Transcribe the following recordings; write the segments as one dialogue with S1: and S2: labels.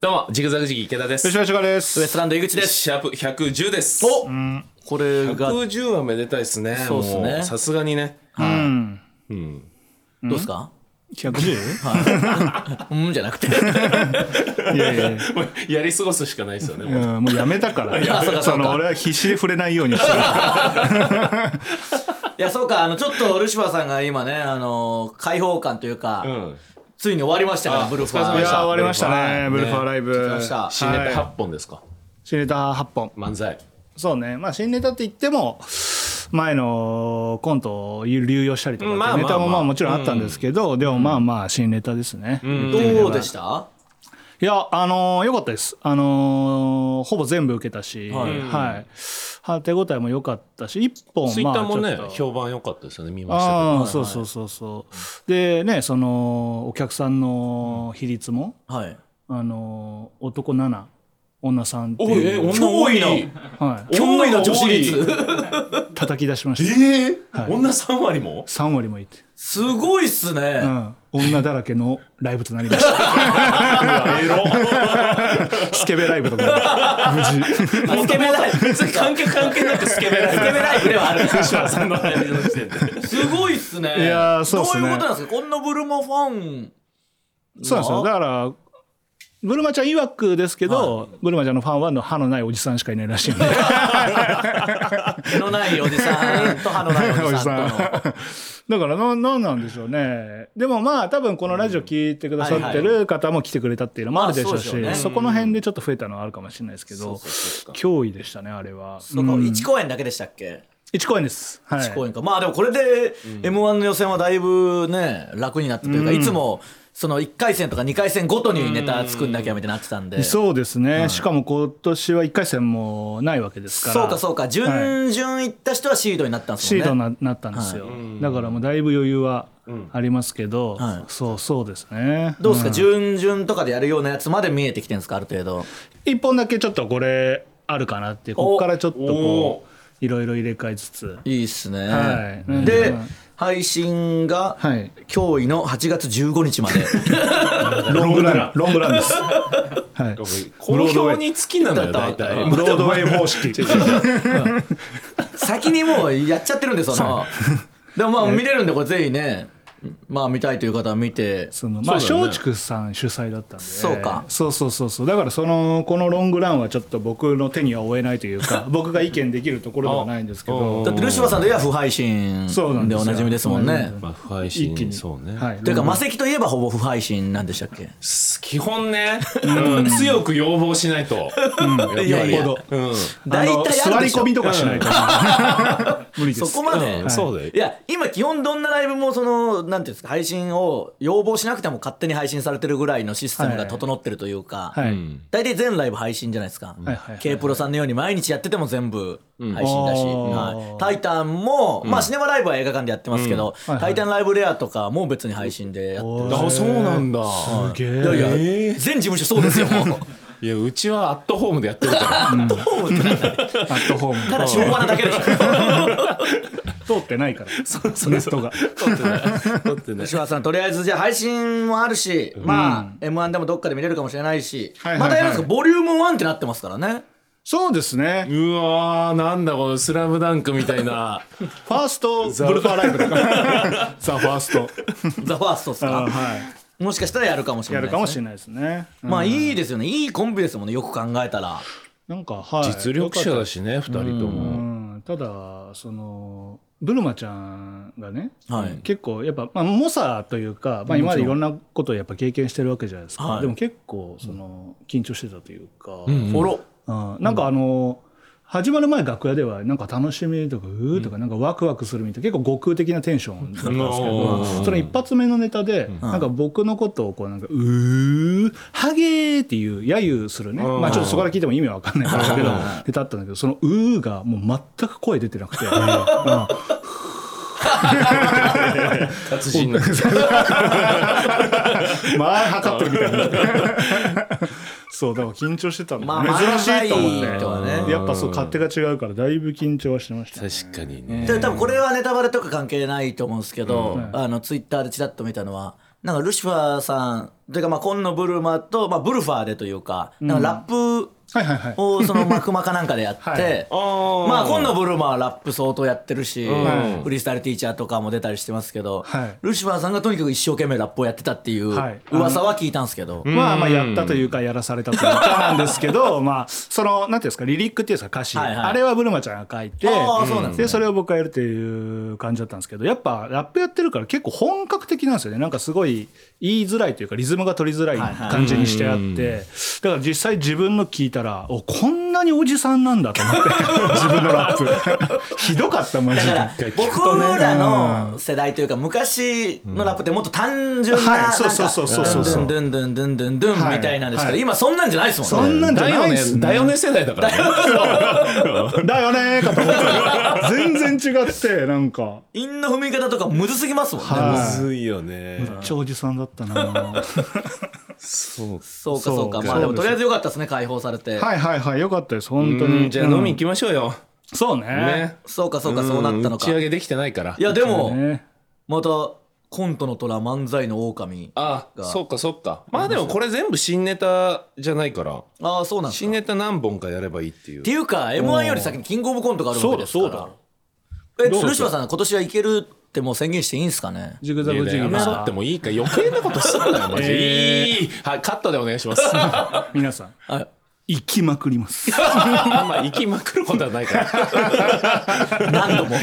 S1: どうも、ジグザグジギー池田です。
S2: 吉田がです。
S3: ウエストランド井口です。
S1: シャープ110です。
S3: おこれが、どう
S1: !110 はめでたいですね。
S3: そうっすね
S1: もさすがにね。
S2: うん。
S3: ですか
S2: 110?
S3: うんじゃなくて。
S2: いやいやい
S1: もう やり過ごすしかないですよね。 もう
S2: や、うん、もうやめたから。
S3: あそうかそ
S2: そ
S3: うか
S2: の俺は必死で触れないようにしてる。
S3: いや、そうか、あの、ちょっと、ルシファーさんが今ね、あの、開放感というか、
S1: うん。
S3: ついに終わりましたから、
S1: あ
S3: ブルフ
S1: お疲れ
S3: ァ
S1: 様
S2: い
S1: でし
S3: ー。
S2: や、終わりましたね。ブ
S1: ブ
S2: ル
S1: ル
S2: フ
S1: フ
S2: ァ
S1: ァ
S2: ー
S1: ー
S2: ライブ。
S3: 来ました
S1: 新ネタ
S2: はい
S1: 8本ですか。
S2: 新ネタ8本。
S1: 漫才。
S2: そうね。まあ、新ネタって言っても、前のコントを流用したりと
S1: うんまあ
S2: か、
S1: まあ
S2: ネタもま
S1: まあ
S2: あもちろんあったんですけど、でもまあまあ、新ネタですね。
S3: どうでした
S2: いや、あのー、良かったです。あのー、ほぼ全部受けたし、
S3: は
S2: はいい。は手応えも良かったし、1本、
S1: ツイッ
S2: まあ、
S1: ターもね
S2: ちょっ、と
S1: 評判良かったですよね。見ましたけど。
S2: ああそうそうそうそうでねそのお客さんの比率も、
S3: はい。
S2: あの男7女3って
S1: おい、
S2: い
S1: え、
S2: う、
S1: 女
S3: 驚
S1: 多
S3: 異
S1: い
S3: の
S1: な。
S2: は
S3: 驚異の女子率。
S2: い、叩き出しま
S1: え
S2: した
S1: ー女3割も
S2: 3割もいて、
S3: すごいっす
S2: う
S3: ね。
S2: ん、女だらけのライブとなりました
S1: エロ。
S2: スケベライブ とか無事
S3: あスケベライブ。別に関係関係なくスケベライブ。スケベライブではある。
S1: さんのライブの時点で。
S3: すごいっすね。
S2: いやーそうっすね
S3: どういうことなんですかこんなブルマファン。
S2: そうなんですよだからブルマちゃん曰くですけど、ブルマちゃんのファンはの歯のないおじさんしかいないらしいんで
S3: 毛のないおじさんと歯のないおじさ んとの。
S2: だからななんなんでしょうねでもまあ多分このラジオ聞いてくださってる方も来てくれたっていうのもあるでしょうし、
S3: まあそうですよね
S2: そこの辺でちょっと増えたのはあるかもしれないですけど、脅威でしたねあれは
S3: そうか、1公演だけでしたっけ
S2: 1公演です、はい、
S3: 公演か、まあでもこれで m 1の予選はだいぶね楽になったというか、いつもその1回戦とか2回戦ごとにネタ作んなきゃみたいになってたんで、そう
S2: そうですね、しかも今年は1回戦もないわけですから
S3: かそうか準々いった人はシードになったんです
S2: シード
S3: もん
S2: に
S3: ね
S2: ななったんですよ、だからもうだいぶ余裕はありますけど、
S3: はい
S2: そうそうですね
S3: どうですか、
S2: ん
S3: 準々とかでやるようなやつまで見えてきてるんですかある程度
S2: 一本だけちょっとこれあるかなっていうここからちょっとこういろいろ入れ替えつつ
S3: いいっすね、
S2: はい
S3: で、
S2: うん
S3: 配信が
S2: はい
S3: 驚異の8月15 日まで
S2: ロングランロングランです、はい、
S1: 好評につきなのよ、
S3: だっ
S1: 大
S3: た
S1: 体。
S2: ブロードウェイ方式
S3: 先にもうやっちゃってるんでそのでもまあ見れるんでこれぜひねまあ見たいという方は見て
S2: そのまあ
S1: そうだよね
S2: 松竹さん主催だったんで
S3: そうか
S2: そうそうそうそうだからそのこのロングランはちょっと僕の手には負えないという か僕が意見できるところではないんですけど
S3: だってルシファーさんといえば不敗神
S2: そうなん
S3: で
S2: です
S3: お
S2: よ
S3: なじみですもんね。
S1: まあ、不敗
S2: 一気
S1: 心、
S2: に
S1: そうね。
S2: はい
S3: というか、魔石といえばほぼ不敗神なんでしたっけ
S1: 基本ね、強く要望しない と。
S3: いやいや
S2: よっぽど
S1: うん。
S3: 大体あるでしょ
S2: あの座り込みとかし ないと無理で
S3: そ
S2: す
S3: こまで、
S1: うんそうだよ
S3: いや今基本どんなライブもそのなんていうんですか配信を要望しなくても勝手に配信されてるぐらいのシステムが整ってるというか、
S2: はい、
S3: 大体全ライブ配信じゃないですか、
S2: はいはい
S3: k プロさんのように毎日やってても全部配信だし、
S2: うん
S3: はいタイタンも、まあシネマライブは映画館でやってますけど、
S2: はいはい
S3: タイタンライブレアとかも別に配信でやってる
S2: おー
S1: あそうなんだ
S2: すげえ
S3: いやい
S1: えー
S3: や全事務所そ うですよもう
S1: いやうちはアットホームでやってるから
S3: ホームってなんだよ
S2: アットホーム
S3: ただ昭和なだけでしょ
S2: 通ってない からネットが
S1: 撮ってない撮ってない
S3: 吉川さん、とりあえずじゃあ配信もあるし、まあ、M1 でもどっかで見れるかもしれないし、
S2: はいはい
S3: ま
S2: はい
S3: たやるんですか、ボリューム1ってなってますから ね。
S2: そうですね
S1: うわーなんだこの「スラムダンクみたいな
S2: ファーストブルファーライブとかザ・ファースト
S3: ザ・ファーストっす
S2: あ
S3: か。
S2: はい
S3: もしかしたらやるかもしれ
S2: や
S3: ない、
S2: るかもしれないですね、
S3: まあ、いいですよね。いいコンビですもんね、よく考えたら。
S2: なんかはい
S1: 実力者だしね2人と
S2: う
S1: も
S2: んただそのブルマちゃんがね、
S3: はい
S2: 結構やっぱ、まあ、猛者というか、まあ、今までいろんなことをやっぱ経験してるわけじゃないですか、
S3: はい
S2: でも結構その緊張してたというか、
S3: フォロ
S2: うんなんかあの、始まる前楽屋ではなんか楽しみとかうーとかなんかワクワクするみたいな結構悟空的なテンションだったんですけ
S1: う
S2: ど
S1: ん
S2: その一発目のネタでなんか僕のことをこうなんかうーハゲーっていう揶揄するね
S1: ん
S2: まあちょっとそこから聞いても意味わかんないんですけどネタあったんだけどそのうーがもう全く声出てなくてうん
S1: 達人の
S2: 間測ってるみたいな。 そうだから緊張してたんだ、
S3: まあ
S2: 珍しいと
S3: 漫才と
S2: 思
S3: は
S2: って、
S3: ね
S2: やっぱそう勝手が違うからだいぶ緊張はしてましたね
S1: 確かに
S3: ー。
S1: ね
S3: で多分これはネタバレとか関係ないと思うんですけど、あの、ツイッターでちらっと見たのは、なんかルシファーさんというかまあ紺野ブルマと、まあ、ブルファーでというかなんかラップ
S2: はいはいはい
S3: をその幕間かなんかでやって、
S2: はい
S1: あー
S3: まあ今度ブルーマはラップ相当やってるし、
S1: ん
S3: フリースタイルティーチャーとかも出たりしてますけど、
S2: はい
S3: ルシファーさんがとにかく一生懸命ラップをやってたっていう
S2: はい
S3: 噂は聞いたんですけど、
S2: まあまあやったというかやらされたというかなんですけど まあそのなんていうんですかリリックっていうんですか歌詞
S3: はいはい
S2: あれはブルマちゃんが書いて
S3: ああそうなんですね
S2: でそれを僕がやるっていう感じだったんですけどやっぱラップやってるから結構本格的なんですよねなんかすごい言いづらいというかリズムが取りづらい感じにしてあってだから実際自分の聞いたらおこんなにおじさんなんだと思って 自分のラップ ひどかったマジで。
S3: 僕らの世代というか昔のラップってもっと単純な
S2: はい
S3: なんか
S2: そうそうそうそうそうそう
S3: ドゥンドゥンドゥンドゥンドゥンドゥン
S2: はい
S3: みたいなんですけど、
S2: はい
S3: 今そんなんじゃないですも
S2: そん
S3: んね。
S2: なんじゃ
S1: だ
S2: な
S1: よ
S2: いっ
S1: ね
S2: すね
S1: だよね世代だからね
S2: だよねーかと思ったら 全然違ってなんか
S3: 韻の踏み方とかむずすぎますもんね。
S2: はい
S1: むずいよね
S2: めっちゃおじさんだっ たな
S1: そう
S3: そうかそうか
S2: そう
S3: まあでも
S2: そうです
S3: とりあえずよかったですね解放されて、
S2: はいはいはいよかったです本当
S1: うん
S2: に
S1: じゃあ飲み行きましょうよ
S2: そうね
S1: ね
S3: そうかそうかそうなったの
S1: 打
S3: か
S1: ち上げできてないから
S3: いやで
S2: そう
S3: も、
S2: ね
S3: またコントの虎漫才の狼あ
S1: あ
S3: が
S1: そっかそっかまあでもこれ全部新ネタじゃないから
S3: あーそうなんです
S1: 新
S3: かっ
S1: ネタ何本かやればいいっていう
S3: ていうか m 1より先にキングオブコントがあるわけですから
S1: そうだそう
S3: えルシファーさん今年はいけるってもう宣言していいんですかね
S2: ジグザグジ
S1: や
S2: グ
S1: めろ
S2: ザ
S1: ってもいいから余計なことすんなよマジでいいはいカットでお願いし ますあ
S2: グ皆さん
S3: あ
S2: 行きまくりま す
S1: んま行きまくることはないから
S3: 何度も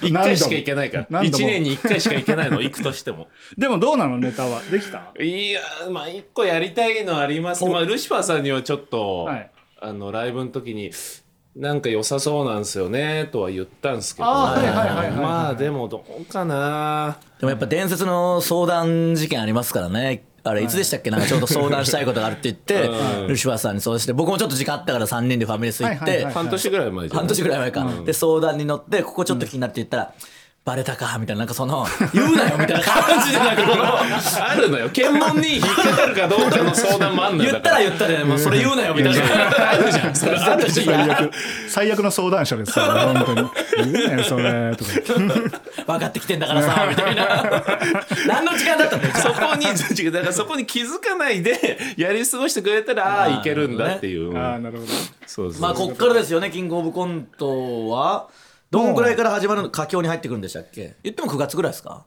S1: 一回しか行けないから
S2: 何
S1: 一
S2: 度も
S1: 年に一回しか行けないの行くとしても
S2: でもどうなのネタはできた
S1: いやーまあ一個やりたいのありますまあルシファーさんにはちょっと、
S2: はい
S1: あのライブの時になんか良さそうなんですよねとは言ったんですけど
S2: あーはいはいはいはいはい
S1: まあでもどうかな
S3: でもやっぱ伝説の相談事件ありますからねあれいつでしたっけなんかちょうど相談したいことがあるって言って、ルシファーさんにそうして僕もちょっと時間あったから3人でファミレス行って、
S2: はいはいはい
S1: 半年ぐらい前じゃん
S3: 半年ぐらい前か、で相談に乗ってここちょっと気になって言ったら、バレたかみたいななんかその 言うなよみたいな感じでなんかこの
S1: あるのよ検問に引っかかるかどうかの相談もあんのよ
S3: 言ったら言ったで、もうそれ言うなよみたい な。あるじゃん。それあるじゃん。
S2: 最悪最悪の相談者ですから本当に言うなよそれとか
S3: 分かってきてんだからさ、みたいな。何の時間だったんだよ。
S1: そこに違うだからそこに気づかないで やり過ごしてくれたらああいけるんだっていう、
S2: ああなるほど
S1: そうそう
S3: まあ、こっからですよね、キングオブコントは。どのくらいから始まるの、佳境に入ってくるんでしたっけ言っても9月ぐらいですか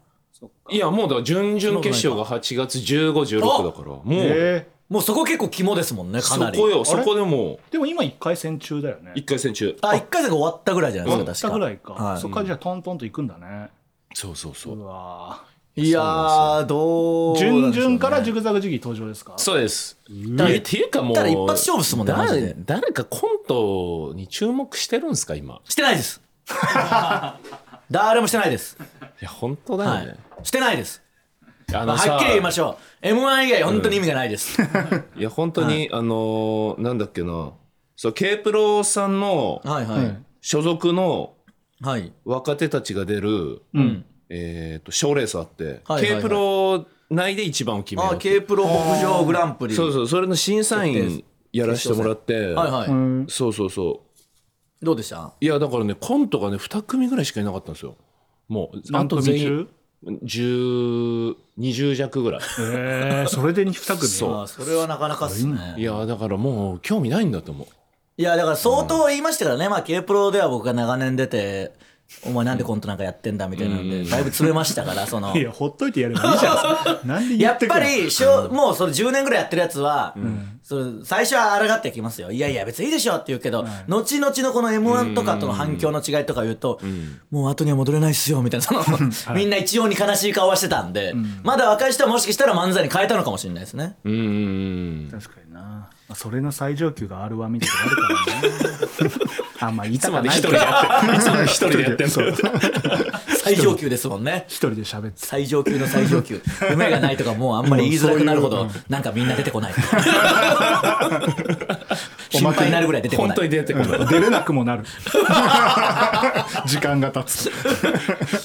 S1: いやもうだから準々決勝が8月1516だからもう、
S2: え
S3: もうそこ結構肝ですもんね、か
S1: そ
S3: なり。
S1: こよそこでも
S2: ーでも今一回戦中だよね
S1: う1回戦中
S3: あ、1回戦が終わったぐらいじゃないです
S2: した
S3: か、
S2: ぐ
S3: 確か。
S2: らいか、
S3: はい
S2: そっからじゃあトントンと行くんだね
S1: そうそうそう
S2: うわ
S3: いやー、どうなんでしょ
S2: 順
S3: うね。
S2: 々からジグザグジギー登場ですか
S1: そうです。い
S3: だ
S1: やっていうかもう。
S3: だから一発勝負っすもんねマジ
S1: 誰
S3: で
S1: 誰かコントに注目してるんですか、今。
S3: してない です。誰もしてないです。
S1: いや、本当だよ
S3: は
S1: ね
S3: い。。してないです。
S1: あ
S3: まあはっきり言いま
S1: し
S3: しょう。M1 以外本当に意味がないです。
S1: いや、本当に、あのー、なんだっけな。そう、K プロさんの
S3: はいは
S2: はいい。
S1: 所属の
S3: はい。
S1: 若手たちが出る、
S2: うん
S1: えっと、賞レースあって、
S3: はいはいは
S1: K
S3: い
S1: プロ内で一番を決め
S3: あ
S1: る
S3: あ、。K プロ北上グランプリ。
S1: そうそう、それの審査員やらせてもらって、
S3: はいはい。
S2: うん
S1: そうそうそう。
S3: どうでした
S1: いやだからねコントがね2組ぐらいしかいなかったんですよもうあ
S2: 何
S1: と
S2: 組
S1: 全
S2: 中
S1: 員1020弱 ぐらい
S2: えー、それで2組
S3: ああそれはなかなかっす
S1: い
S3: ね。
S1: やだからもう興味ないんだと思う
S3: いや、だから相当言いましたからね。まあ、K プロでは僕が長年出て、お前なんでコントなんかやってんだみたいなんで、だいぶ釣れました から、その。
S2: いや、ほっといてやればいいじゃ ん。なんで言
S3: や
S2: っ
S3: って
S2: く
S3: ぱ
S2: るの
S3: り、しょもうそれ10年ぐらいやってるやつは、それ最初は抗ってきますよ。いやいや、別にいいでしょって言うけど、後々のこの M1 とかとの反響の違いとか言うと、もう後には戻れないっすよ、みたいな、その、 みんな一様に悲しい顔はしてたんで、まだ若い人はもしかしたら漫才に変えたのかもしれないですね。
S1: うーん
S2: 確かにな。まあそれの最上級が R1 みたいなのある からな。あ、まあ、い
S1: いつ
S2: つ
S1: ま
S2: ま
S1: で
S2: で
S1: 一
S2: 一
S1: 人
S2: 人
S1: で
S2: で。
S1: やってるいつまで一人でやってんの
S2: そう
S3: 最上級ですもんね。
S2: 一人で喋って。
S3: 最上級の最 上級。夢がないとかもうあんまり言いづらくなる
S2: も
S3: ほど
S2: うそう、
S3: なんかみんな出てこ ない。
S2: お
S3: 心
S2: まけ
S3: 配になるぐらい出てこ
S1: 本
S3: ない
S1: 当。に出てこない
S2: 出れなくも なる。時間が経つ。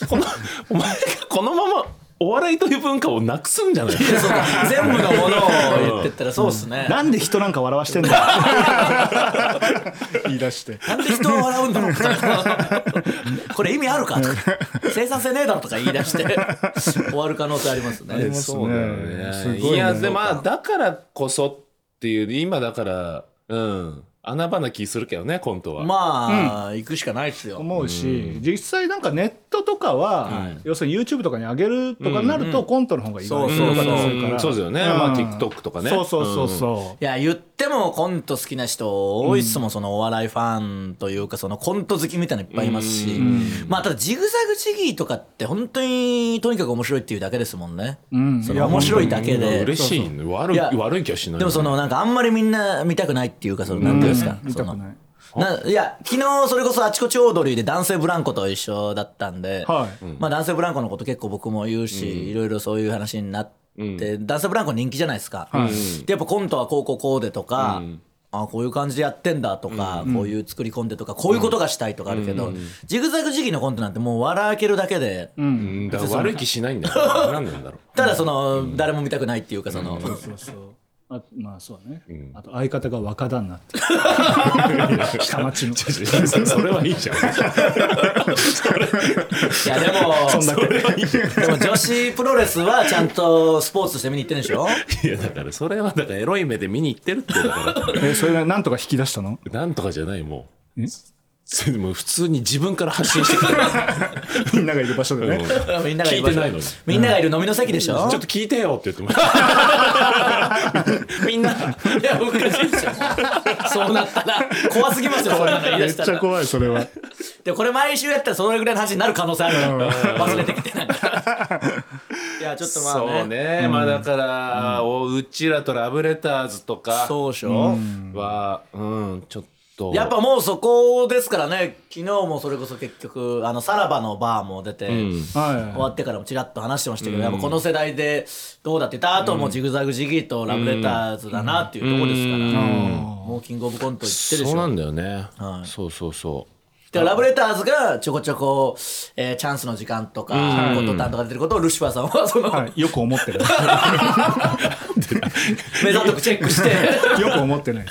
S1: このお前がこのままお笑いという文化をなくすんじゃない
S3: そう全部のものを言ってったらそうっすね。
S2: なんで人なんか笑わして んだ言い出して。
S3: なんで人を笑うんだろうとか これ意味あるかとか生産性ねえだろとか言い出 して終わる可能性ありますね。
S2: ますね
S1: そうだよね
S2: すごい
S1: い
S2: ね
S1: やでまあだからこそっていう今だからうん穴場な気するけどねコントは、
S3: まあ、行くしかないっすよ。
S2: 思うし、実際なんかネットとかは、要するに YouTube とかに上げるとかになると、コントの方がいい
S3: そうそうそう
S1: うんそうだよねまあ TikTok とかね
S2: そうそうそうそ
S3: いや言ってもコント好きな人多いっすもん、そのお笑いファンというかそのコント好きみたいなのいっぱいいますし、まあただジグザグジギーとかって本当にとにかく面白いっていうだけですもんね、
S2: う。うん。
S3: その面白いだけ
S1: うん
S3: で
S1: 嬉しいね悪い
S3: いや
S1: 悪い気はしない
S3: でもそのなんかあんまりみんな見たくないっていうかそのなんていうんですか、
S2: 見
S3: そ
S2: た
S3: の
S2: くない。
S3: ないや昨日それこそあちこちオードリーで男性ブランコと一緒だったんで、
S2: はい
S3: まあ、男性ブランコのこと結構僕も言うし、いろいろそういう話になって、男性ブランコ人気じゃないですか、でやっぱコントはこうこうこうでとか、あこういう感じでやってんだとか、こういう作り込んでとかこういうことがしたいとかあるけど、ジグザグ時期のコントなんてもう笑けるだけで、
S1: うんだから悪い気しないんだよ何なんだろう
S3: ただその、誰も見たくないっていうかその、
S2: そうそう。あまあそうね、あと相方が若旦那っていう下町の
S1: それはいいじゃん。
S3: いやでも
S2: そんだけ
S3: でも女子プロレスはちゃんとスポーツとして見に行ってるんでし ょ
S1: いやだからそれはだからエロい目で見に行ってるってだか
S2: えそれがなんとか引き出したの
S1: らなんとかじゃないも
S2: え
S1: う。もう普通に自分から発信してくる。
S2: みんながいる場所でね、
S3: みんながる
S1: 聞いてないのに
S3: みんながいる飲みの席でし
S1: ちょ
S3: ょ
S1: っと聞いてよって言ってます。みんな。
S3: いやおかしいでしょそうなったら怖すぎますよそんなの言
S2: め
S3: い出
S2: っ
S3: した
S2: ちゃ
S3: ら
S2: 怖いそれは
S3: でこれ毎週やったらそれぐらいの話になる可能性あるから忘れてきてないいやちょっとまあね
S1: そうね。まあだから、おうちらとラブレターズとか
S3: そうでしょ、
S1: は、うん、ちょっと。
S3: やっぱもうそこですからね昨日もそれこそ結局あのさらばのバーも出て、終
S2: は
S3: わってからもちらっと話してましたけど、やっぱこの世代でどうだって言った後もジグザグジギーとラブレターズだなっていうとこですから、もうキングオブコント行ってる
S1: そ
S3: でし
S1: う
S3: ょ
S1: なんだよね。そうそうそう。
S3: だからラブレターズがちょこちょこ、えーチャンスの時間とか、コント担とか出てることをルシファーさんはその、
S2: い、はい、よく思ってる
S3: 目ざとくチェックして
S2: よく思ってない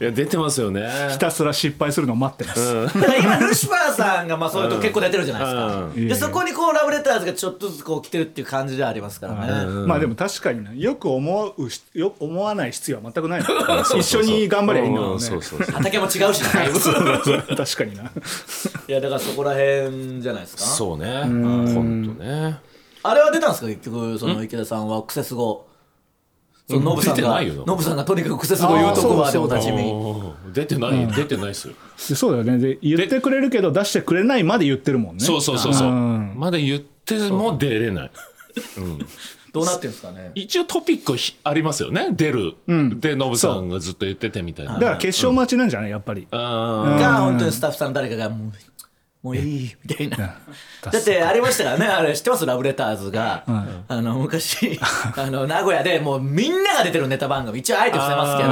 S1: いや、出てますよね。
S2: ひたすら失敗するのを待ってます、
S3: だから今ルシファーさんがまあそういうとこ結構出てるじゃないですか、
S2: うん
S3: でそこにこうラブレターズがちょっとずつこう来てるっていう感じではありますからね、
S2: まあでも確かにねよく思うしよく思わない必要は全くないの 一緒に頑張りゃいいんだ
S1: う
S2: もんね
S1: そうそうそう。
S3: 畑も違うしなだいぶ
S2: 確かにない
S3: やだからそこら辺じゃないですか
S1: そうね。コントね。
S3: あれは出たんですか結局その池田さんはクセス語そのノブさん
S1: 出て
S3: が
S1: ないよ
S3: ノブさんがとにかくクセス語言うとこは
S2: あー
S3: で
S2: そう
S3: お
S2: だ
S3: なじみ
S1: おー出てない、出てないっすよ。
S2: でそうだよねで言ってくれるけど出してくれないまで言ってるもんね
S1: そうそうそうそう。
S2: ん
S1: まだ言っても出れない。
S3: どうなってるんですかね
S1: 一応トピックひありますよね。出る。で、ノブさんがずっと言っててみたいな。
S2: だから決勝待ちなんじゃないやっぱり
S1: あ
S3: が本当にスタッフさん誰かがもうもういいみたいな だってありましたからねあれ知ってますラブレターズが、あの昔 あの名古屋でもうみんなが出てるネタ番組一応あえて伏せますけど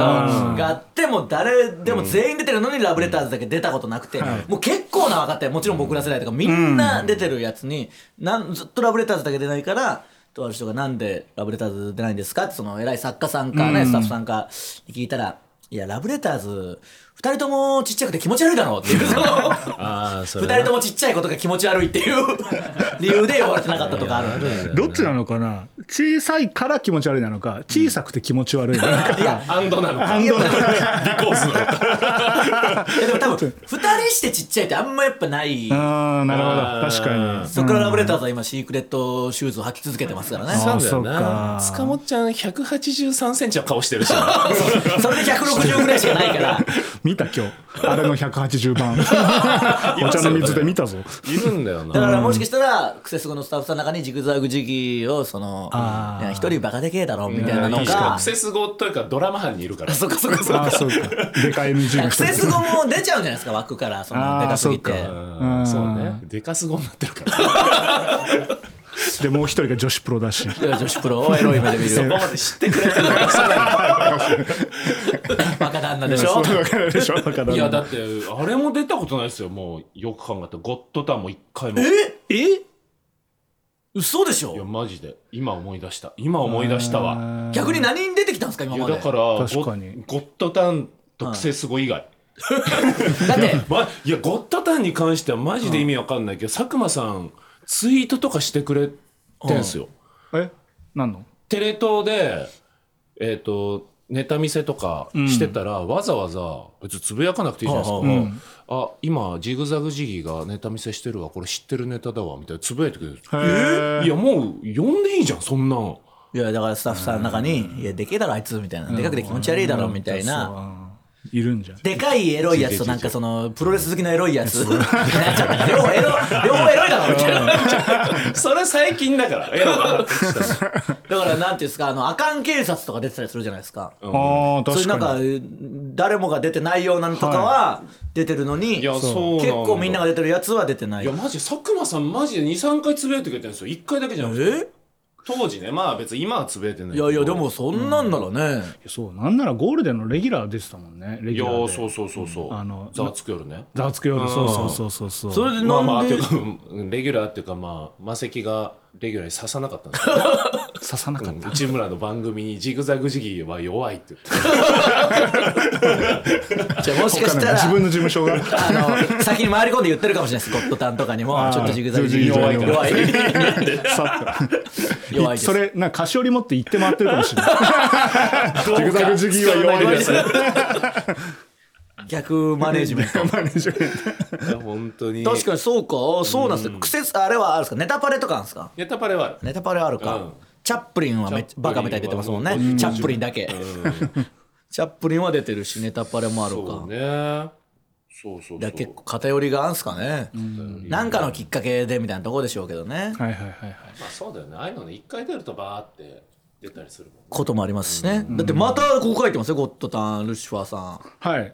S3: があってもう誰でも全員出てるのにラブレターズだけ出たことなくて、もう結構な若手もちろん僕ら世代とかみんな出てるやつに、なんずっとラブレターズだけ出ないから。とある人がなんでラブレターズ出ないんですかってその偉い作家さんかね、スタッフさんかに聞いたらいやラブレターズ二人ともちっちゃくて気持ち悪いだろうっていうその
S1: あー、そ
S3: 二
S1: れ
S3: 人
S1: な。
S3: ともちっちゃいことが気持ち悪いっていう理由で呼ばれてなかったとかあるんで
S2: どっちなのかな小さいから気持ち悪いなのか小さくて気持ち悪い なのか、
S1: アンドなのか。
S2: ンドなの
S1: ビコースなのか。
S3: いやでも多分二人してちっちゃいってあんまやっぱない
S2: ああなる
S1: あー
S2: ほど確かに
S3: そこからラブレターズは今シークレットシューズを履き続けてますからね
S2: あー
S1: そうだよな。
S2: そっか
S1: 塚本ちゃん183センチの顔してるしな。
S3: それで160ぐらいしかないから
S2: 見た今日あれの180番 お茶の水で見たぞ
S1: いるんだよ
S3: だ
S1: な。
S3: からもしかしたらクセスゴのスタッフさんの中にジグザグジギーをその
S2: あー
S3: いや一人バカでけえだろみたいなの
S1: 確かに
S3: が
S1: クセス語というかドラマ班にいるから。
S3: そっかそっかそっ
S2: あ
S3: か
S2: あそうかでか NG の
S3: ク
S2: 人
S3: セスゴも出ちゃうんじゃないですか枠からその
S2: あー
S3: でかすぎて
S2: そう
S1: う
S2: か
S1: んそうね。デカス語になってるから。
S2: でもう一人が女子プロだし
S3: いや女子プロをエロい目で見 る
S1: そこまで知ってくれてるからそうだよ
S3: バカ旦那でし
S2: そ
S3: ょ
S2: う分かるでしょ分かる
S1: いや、だって、あれも出たことないですよ。もう、よく考えたら。ゴッドタンも一回も。
S3: ええ嘘でし
S1: いや
S3: ょ
S1: マジで今思い出した今思い出したわ
S3: 逆に何に出てきたんですか今
S1: いや
S3: ま
S1: だ
S3: で
S1: から
S2: 確
S1: ゴ
S2: かに
S1: ッゴッドタン特性すごい以外、
S3: だって
S1: ま、いやゴッドタンに関してはマジで意味わかんないけど、佐久間さんツイートとかしてくれてんすよ、
S2: え何の
S1: テレ東でえっ、とネタ見せとかしてたら、わざわざ別につぶやかなくていいじゃないですか、
S3: はあはあ
S2: うん
S1: あ今ジグザグジギーがネタ見せしてるわこれ知ってるネタだわみたいなつぶやいてくれる
S2: へー
S1: いやもう呼んでいいじゃんそ んなん
S3: いやだからスタッフさんの中に「いやでけえだろあいつ」みたいな「でかくて気持ち悪いだろ」みたいな。
S2: いるんじゃん
S3: でかいエロいやつとなんかそのプロレス好きのエロいやつ なんか両方エロ両方エロいだろみたいな
S1: それ最近だ から。エロが。
S3: だからなんていうんですかあのアカン警察とか出てたりするじゃないですか
S2: ああ
S3: そうい
S2: 確
S3: うなん
S2: か
S3: か
S2: に
S3: 誰もが出てないようなのとかは出てるのに
S1: いや、
S3: 結
S1: そう。
S3: 構みんなが
S1: い
S3: 出てるやつは出てない
S1: や、マジ、佐久間さん、マジで2、3回つぶやいてくれてるんですよ。1回だけじゃなくて。
S3: え
S1: 当時ね、まあ別に今はつぶやいてない
S3: い
S1: け
S3: や
S1: ど。
S3: いやでもそんなんならね
S2: そうなんならゴールデンのレギュラー出てたもんねレ
S1: い
S2: ギ
S1: や
S2: ュラーで
S1: そうそうそうそう。
S2: あの
S1: ざわつく夜ね。
S2: ざわつくよりそうそうそうそうそう
S3: それで
S1: まあま
S3: な
S1: あ、
S3: ん
S1: てい
S3: で
S1: うか、うんレギュラーっていうか、まあ、魔石がレギュラーに刺さなかったんですよ。
S2: 刺さなか
S1: う
S2: っ
S1: ん
S2: た
S1: 内村の番組にジグザグジギーは弱い って言って。
S3: じゃあもしかしたら
S2: 自 分の事務所が
S3: あの先に回り込んで言ってるかもしれないですゴッドタンとかにも
S2: あー
S3: ちょっとジグザグジグ
S2: ジグザグ
S3: 弱
S2: ジ
S3: い
S2: グ
S3: 弱い
S2: さっと
S3: 弱いで す
S2: それなんか菓子折り持って行って回ってるかもしれないジグザグジギーは弱い です
S3: 逆マネージメント
S2: マネージメント
S1: いや本当に。
S3: 確かにそうかあそうなんですね癖あれはあるんですかネタパレとかあるんですか
S1: ネタパレはある。
S3: ネタパレあるか、
S1: うん
S3: チャップリンはめっちゃ
S1: チャップリンは
S3: バカみたいに出てますもんね
S1: うん
S3: チャップリンだけ、 チャップリンは出てるしネタパレもある
S1: そ
S3: か
S1: うね。そうそうそう。
S3: だから結構偏りがあるんすかね、なんかのきっかけでみたいなとこでしょうけどね、
S2: はいはいはいはい
S1: まあそうだよね。ああいうのね、一回出るとバーって出たりするもんね。
S3: こともありますしね、だってまたここ書いてますよゴッドタンルシファーさん
S2: はい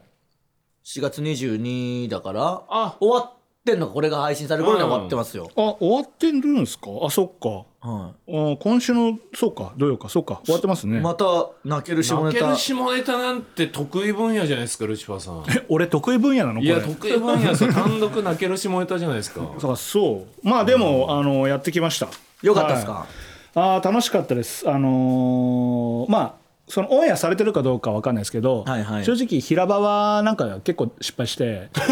S3: 4月22だから
S1: あ
S3: 終わってんのかこれが配信される頃には終わってますよ、
S2: あ終わってるんですかあそっか
S3: は
S2: あ今週のそうかどうよかそうか終わってます
S3: い
S2: ね、
S3: また泣ける下
S1: 負
S3: ネ
S1: け
S3: タ
S1: る下ネタなんて得意分野じゃないですかルシファーさん
S2: 俺得意分野なのこ
S1: い
S2: れ
S1: や得意分野さ単独泣ける下ネタじゃない ですか
S2: そうそうまあでも、あのやってきました
S3: よかったですか、
S2: はいあー楽しかったですあのーまあそのオンエアされてるかどうかわかんないですけど、
S3: はいはい
S2: 正直平場はなんか結構失敗 して
S3: さ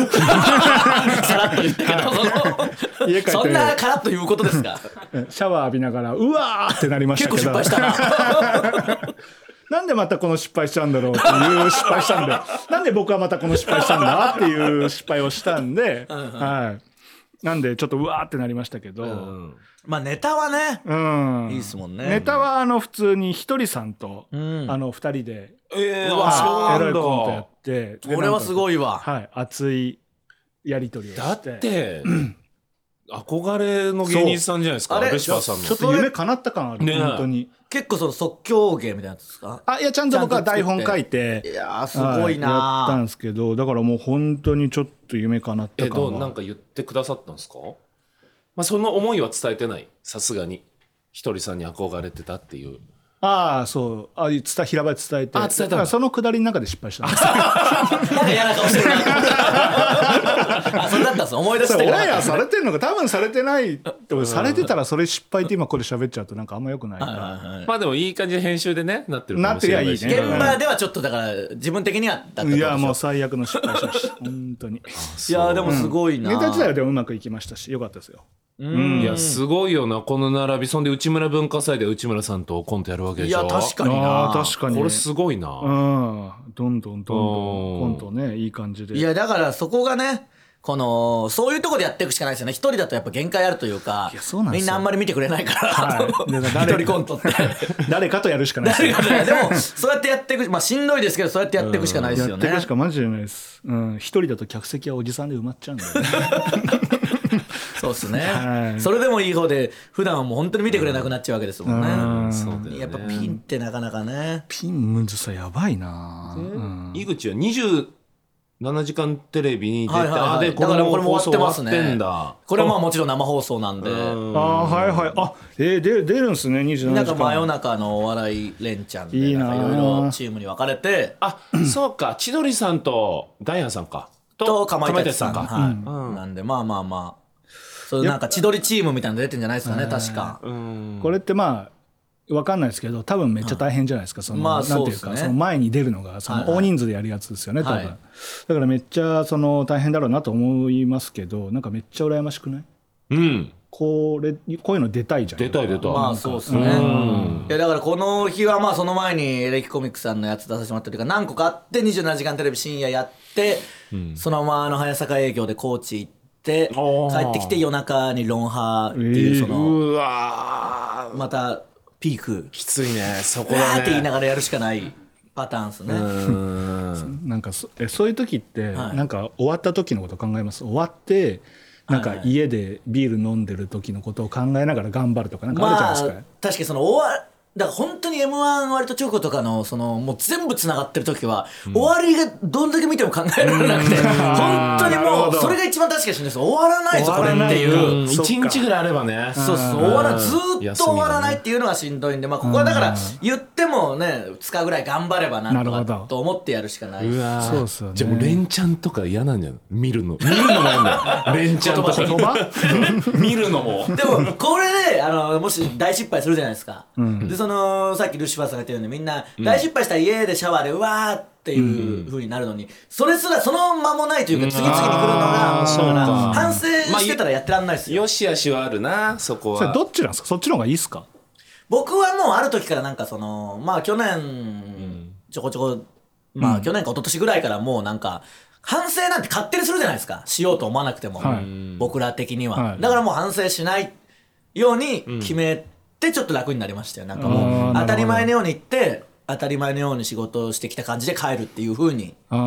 S3: らっと言ったけど、
S2: 家帰って
S3: そのそんなカラッと言うことですか
S2: シャワー浴びながらうわーってなりまし
S3: 結
S2: たけ
S3: 構
S2: ど
S3: 失敗したな
S2: なんでまたこの失敗しちゃうんだろうっていう失敗したんで、 なんで僕はまたこの失敗したんだっていう失敗をしたんで、はい。なんでちょっとうわーってなりましたけど、
S3: まあネタはね
S2: うん。
S3: いいっすもんね
S2: ネタはあの普通にひとりさんと、
S3: ん
S2: あの二人で、
S1: ええ
S3: うわあ
S2: エロいコントやって、で
S3: これはすごい
S2: なん
S3: わ
S2: かはい、熱いやりとりをして。
S1: だって憧れの芸人さんじゃないです
S3: そ
S1: か
S3: うあれ
S1: ルシファーさん
S2: ちょ
S1: の
S2: っと夢叶った感ある、
S1: ねえ
S2: 本当に。
S3: 結構その即興芸みたいなやつですか
S2: あ、いや、ちゃんと僕は台本書い
S3: い
S2: て、
S3: やーすごい
S2: はやったん
S3: な
S2: ですけど、だからもう本当にちょっと夢叶っ
S1: え
S2: た
S1: ど
S2: 感
S1: うなん
S2: は。
S1: か言ってくださったんですかまあその思いは伝えてないさすがにひとりさんに憧れてたっていう
S2: ああそうあ伝え平場で伝えて
S1: あ伝えたんだ
S2: からそのくだりの中で失敗したんです
S3: ーなんか嫌な顔してるなと思ったあそれだったんです思い出し
S2: そ
S3: て
S2: れオ
S3: か
S2: ンエ
S3: ら
S2: アされてんのか多分されてないって俺されてたらそれ失敗って今ここで喋っちゃうとなんかあんまよくないから
S1: まあでもいい感じで編集でねなってるかもしれないし
S2: なってりゃいいね
S3: 現場ではちょっとだから自分的にはだったってこと
S2: い
S3: でしょ
S2: やもう最悪の失敗しま した本当に
S3: いやーでもすごいな
S2: ネタ自体はでもうまくいきましたしよかったですよ
S1: いやすごいよなこの並びそんで内村文化祭で内村さんとコントやるわけで
S3: い
S1: しょ
S3: や確かに
S2: あ
S3: な
S2: あ確かに
S1: これすごいな
S2: うんどんど
S1: うん
S2: んどんどんコントねいい感じで
S3: いやだからそこがねこのそういうところでやっていくしかないですよね一人だとやっぱ限界あるというか
S2: いやそうなんです
S3: み
S2: よ
S3: んなあんまり見てくれないから、
S2: はいでだから
S3: 一人コントって
S2: 誰かとやるしかないです
S3: 誰
S2: よ
S3: かねでもそうやってやっていくまあしんどいですけどそうやってやっていくしかないです
S2: や
S3: よ
S2: って
S3: ね、
S2: いくしかマジでないですうん一人だと客席はおじさんで埋まっちゃうんだよね
S3: そうですね、
S2: はい
S3: それでもいい方で普段はもう本当に見てくれなくなっちゃうわけですもんね、
S1: そうだよね
S3: やっぱピンってなかなかね
S2: ピンむずさやばいな、うん
S1: 井口は27時間テレビに出て、
S3: はいはいはい
S1: あで
S3: だからこれも終わってますね
S1: 放送終わってんだ
S3: これはまあもちろん生放送なんで、
S2: ああはいはいあえー、で出るんすね27時間
S3: なんか真夜中のお笑い連チャンで
S2: いい
S3: い
S2: な
S3: ろ
S2: あ
S3: いろチームに分かれて
S1: あそうか千鳥さんとダイアンさんか
S3: とかまいたちさん
S1: かまいたち
S3: はいなんでまあまあまあそうなんか千鳥チームみたいなの出てんじゃないですかね、確か。
S1: うん
S2: これってまあわかんないですけど多分めっちゃ大変じゃないですかその、
S3: まあ
S2: なんてい
S3: そう
S2: う
S3: です
S2: か
S3: ね
S2: その前に出るのがそ
S3: はいはい
S2: の大人数でやるやつですよね、
S3: はい
S2: 多分だからめっちゃその大変だろうなと思いますけどなんかめっちゃ羨ましくない
S1: うん
S2: これこういうの出たいじゃん
S1: 出たい出たい
S3: まあそうですね。
S1: うん
S3: いやだからこの日はまあその前にエレキコミックさんのやつ出させてもらったりとか何個かあって27時間テレビ深夜やって、そのままあの早坂営業で高知行って
S1: おー
S3: 帰ってきて夜中にロンハーっていう
S2: えー
S3: その、
S1: うわー
S3: またピーク
S1: きついねそこ
S3: わー
S1: だ
S3: って言いな
S1: ね
S3: がらやるしかないパターンですね。
S1: うん
S2: なんかそえそういう時って、
S3: はい
S2: なんか終わった時のこと考えます終わってなん
S3: はい
S2: か
S3: はい
S2: 家でビール飲んでる時のことを考えながら頑張るとかなんかあるじゃ
S3: ま
S2: な
S3: あ
S2: いですか、
S3: 確かにその終わだから本当に m 1割と直後とかのそのもう全部つながってる時は、終わりがどんだけ見ても考えられなくて本当に
S2: なる
S3: も
S2: ほ
S3: う
S2: ど
S3: それが一番確かにしんです終わらないぞこれっていう
S2: 終わら
S1: う
S2: ない
S1: ん
S2: そっか
S1: 一日ぐらいあればね
S3: そうそう終わらずーっと終わらないっていうのがしんどいんで、まあ、ここはだから言ってもね2日ぐらい頑張ればなんと
S2: なるほ
S3: か
S2: ど
S3: と思ってやるしかないう
S1: わー
S2: そうっすよね
S1: じゃあもう連チャンとか嫌なんじゃない見るの見るのもあんだよ 連チャンと
S3: 言
S1: か見るのも
S3: でもこれであのもし大失敗するじゃないですか、でそのさっきルシファーさんが言ったようにみんな大失敗したら家でシャワーでうわーっていう風になるのに、それすらその間もないというか次々に来るの
S1: あ
S3: が
S1: ーそうか
S3: 反省してたらやってらんないですよ,、
S1: よしあしはあるなそこ
S2: それ
S1: は
S2: どっちなんですかそっちの方がいいですか
S3: 僕はもうある時からなんかそのまあ去年ちょこちょこまあ去年か一昨年ぐらいからもうなんか反省なんて勝手にするじゃないですかしようと思わなくても、
S2: はい
S3: 僕ら的には、
S2: はい
S3: だからもう反省しないように決めてちょっと楽になりましたよなんか
S2: あ
S3: も
S2: ーなる
S3: う
S2: ほど
S3: 当たり前のように行って当たり前のように仕事をしてきた感じで帰るっていうふうに
S2: あ